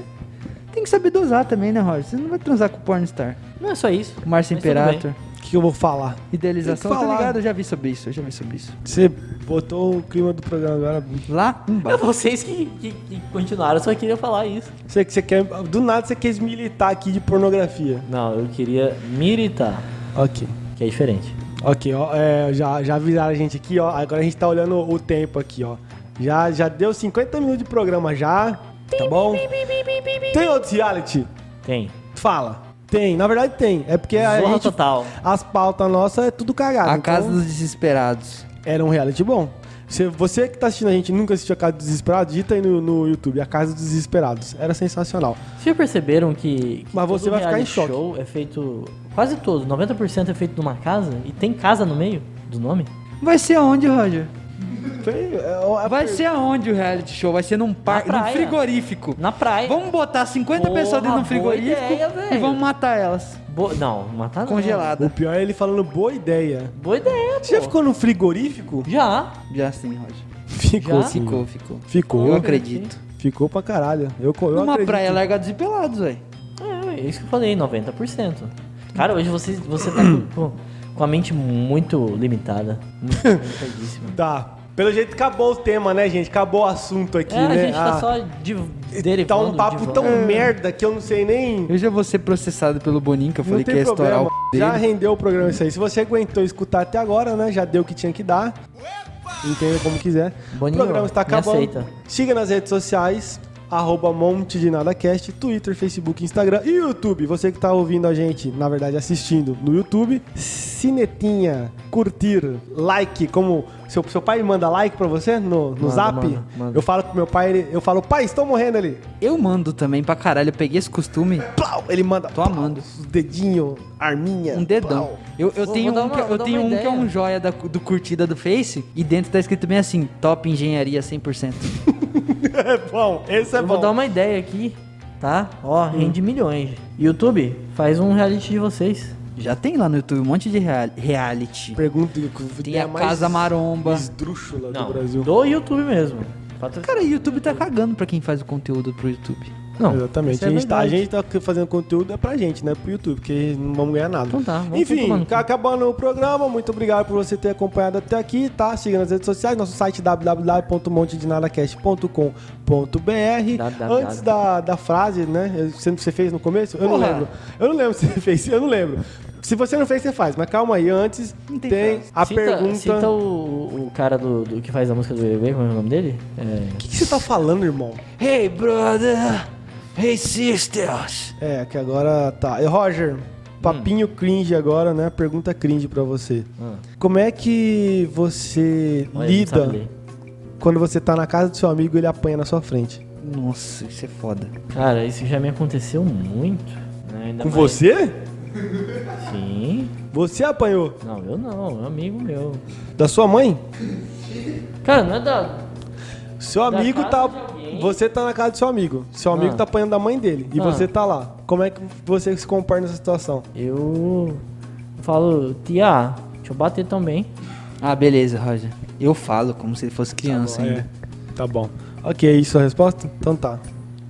S3: Tem que saber dosar também, né, Roger? Você não vai transar com o pornstar.
S1: Não é só isso.
S3: Márcio
S1: mas tudo bem.
S3: Imperator,
S2: O que eu vou falar?
S3: idealização.
S2: Tem que
S3: Tá
S2: falar.
S3: ligado? Eu já vi sobre isso, eu já vi sobre isso.
S2: Você botou o clima do programa agora.
S3: Lá
S1: É
S3: embaixo.
S1: vocês que, que, que continuaram, eu só queria falar isso.
S2: Você, você quer, do nada você quis militar aqui de pornografia.
S1: Não, eu queria miritar,
S2: Ok.
S1: que é diferente.
S2: Ok, ó, é, já, já avisaram a gente aqui, ó. Agora a gente tá olhando o tempo aqui, ó. Já, já deu 50 minutos de programa já. Tá bom? Tem outro reality?
S1: Tem.
S2: Fala. Tem, na verdade tem. É porque a
S1: Zorra
S2: gente,
S1: total.
S2: as pautas nossas é tudo
S1: Ah,
S2: cagado.
S3: A
S2: então
S3: Casa dos Desesperados.
S2: Era um reality bom. Você, você que tá assistindo a gente e nunca assistiu a Casa dos Desesperados, digita aí no, no YouTube, a Casa dos Desesperados. Era sensacional.
S1: Vocês já perceberam que, que
S2: Mas você
S1: todo
S2: vai ficar em
S1: reality
S2: choque.
S1: show é feito. Quase todo, 90% é feito numa casa e tem casa no meio do nome?
S3: Vai ser aonde, Roger?
S2: Foi- é- é-
S3: Vai ser aonde o reality show? Vai ser num parque, num
S1: praia.
S3: frigorífico.
S1: Na praia.
S3: Vamos botar 50
S1: Porra,
S3: pessoas dentro de um
S1: boa
S3: frigorífico
S1: ideia,
S3: e
S1: velho.
S3: vamos matar elas.
S1: Bo- Não, matar não.
S2: O
S3: Congelada.
S2: pior é ele falando boa ideia.
S1: Boa ideia,
S2: Você já
S1: pô.
S2: ficou no frigorífico?
S1: Já.
S3: Já sim, Roger.
S2: Ficou
S1: Já?
S2: sim.
S3: Ficou, ficou.
S2: Ficou.
S3: Eu acredito.
S2: Ficou pra caralho. Eu, eu
S3: Numa
S2: acredito.
S3: praia largados e pelados, velho.
S1: É, é isso que eu falei, 90%. Cara, hoje você, você tá com, com- com a mente muito limitada. Muito limitadíssima.
S2: Tá. Pelo jeito acabou o tema, né, gente? Acabou o assunto aqui,
S1: é,
S2: né?
S1: a gente tá
S2: Ah,
S1: só div derivando. É.
S2: Tá um papo
S1: divando.
S2: tão merda que eu não sei nem.
S3: Eu já vou ser processado pelo Boninho, que eu
S2: Não
S3: falei que
S2: tem
S3: ia estourar
S2: problema.
S3: o p
S2: Já
S3: dele.
S2: rendeu o programa isso aí. Se você aguentou escutar até agora, né? Já deu o que tinha que dar. Entenda como quiser.
S1: Boninho,
S2: o programa está
S1: me
S2: acabando.
S1: aceita.
S2: Siga nas redes sociais. Arroba Monte de NadaCast, Twitter, Facebook, Instagram e YouTube. Você que está ouvindo a gente, na verdade assistindo no YouTube, sinetinha, curtir, like, como seu, seu pai manda like pra você no, no zap.
S3: manda, manda.
S2: Eu falo pro meu pai, ele- eu falo, pai, estou morrendo ali.
S3: Eu mando também pra caralho, eu peguei esse costume.
S2: Plau! Ele manda.
S3: Tô amando.
S2: plau, Dedinho, arminha.
S3: Um dedão.
S2: plau.
S3: Eu, eu
S1: Vou-
S3: tenho,
S1: vou
S3: um,
S1: dar
S3: que,
S1: uma-
S3: eu
S1: dar
S3: tenho
S1: uma
S3: um que é um
S1: ideia.
S3: joia da- do curtida do Face e dentro tá escrito bem assim: Top Engenharia 100%.
S2: É bom, esse é
S1: Eu
S2: bom.
S1: vou dar uma ideia aqui, tá? Ó,
S2: Hum.
S1: rende milhões. YouTube, faz um reality de vocês.
S3: Já tem lá no YouTube um monte de real- reality.
S2: Pergunta
S3: Tem a Casa Maromba.
S2: esdrúxula do Brasil.
S1: Do YouTube mesmo. Patro-
S3: Cara, o YouTube tá cagando pra quem faz o conteúdo pro YouTube.
S1: Não,
S2: Exatamente.
S1: isso é
S2: a, gente tá, a
S1: verdade.
S2: gente tá fazendo conteúdo é pra gente, né? Pro YouTube, porque não vamos ganhar nada.
S1: Então tá, vamos
S2: Enfim,
S1: tomar no cu.
S2: acabando o programa. Muito obrigado por você ter acompanhado até aqui, tá? Siga nas redes sociais, nosso site
S1: Dá,
S2: www.montedinadacast.com.br.
S1: dá,
S2: Antes da, da frase, né? Eu- Você, você fez no começo? Eu não
S3: Porra.
S2: lembro. Eu não lembro se você fez, eu não lembro. Se você não fez, você faz. Mas calma aí, antes
S3: Não
S2: tem,
S3: tem
S2: a
S1: cita,
S2: pergunta...
S1: Cita
S2: o
S1: o, o cara do, do que faz a música do BBB, como é o nome dele? É,
S2: que, que você tá falando, irmão?
S3: Hey, brother! Hey, sisters!
S2: É, que agora tá. E, Roger, papinho
S1: Hum.
S2: cringe agora, né? Pergunta cringe pra você. Como é que você
S1: olha, não sabe
S2: lida
S1: ler.
S2: quando você tá na casa do seu amigo e ele apanha na sua frente?
S3: Nossa, isso é foda.
S1: Cara, isso já me aconteceu muito. né? Ainda
S2: Com
S1: mais- assim.
S2: você?
S1: Sim.
S2: Você apanhou?
S1: Não, eu não, é um amigo meu.
S2: Da sua mãe?
S1: Cara, não é da.
S2: Seu amigo
S1: casa
S2: tá.
S1: de alguém.
S2: Você tá na casa do seu amigo. Seu amigo
S1: Ah.
S2: tá apanhando da mãe dele. E
S1: Ah.
S2: você tá lá. Como é que você se compara nessa situação?
S1: Eu falo, tia, deixa eu bater também.
S3: Ah, beleza, Roger. Eu falo como se ele fosse criança ainda.
S2: É. Tá bom. Ok, isso é a resposta? Então tá.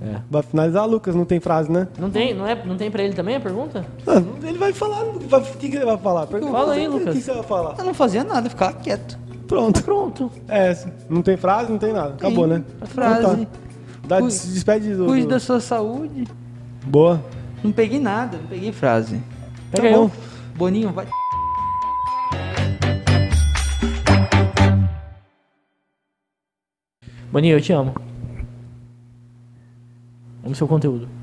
S1: É.
S2: Vai finalizar, Lucas, não tem frase, né?
S1: Não tem, não é, não tem pra ele também a pergunta?
S2: Ah, Ele vai falar, o que, que ele vai falar? Pergunta
S1: Fala
S2: pra você,
S1: aí,
S2: o que
S1: Lucas.
S2: que você vai falar?
S3: Eu não fazia nada, eu ficava quieto.
S2: Pronto.
S1: Pronto.
S2: É, não tem frase, não tem nada. Acabou, né?
S3: a frase.
S2: Então tá. Dá,
S3: Cui-
S2: se despede do...
S3: Cuide
S2: do...
S3: da sua saúde.
S2: Boa. Tá
S3: Não peguei nada, não peguei frase.
S1: Pega
S2: bom.
S1: eu.
S3: Boninho, vai.
S1: Boninho, eu te amo. Amo seu conteúdo.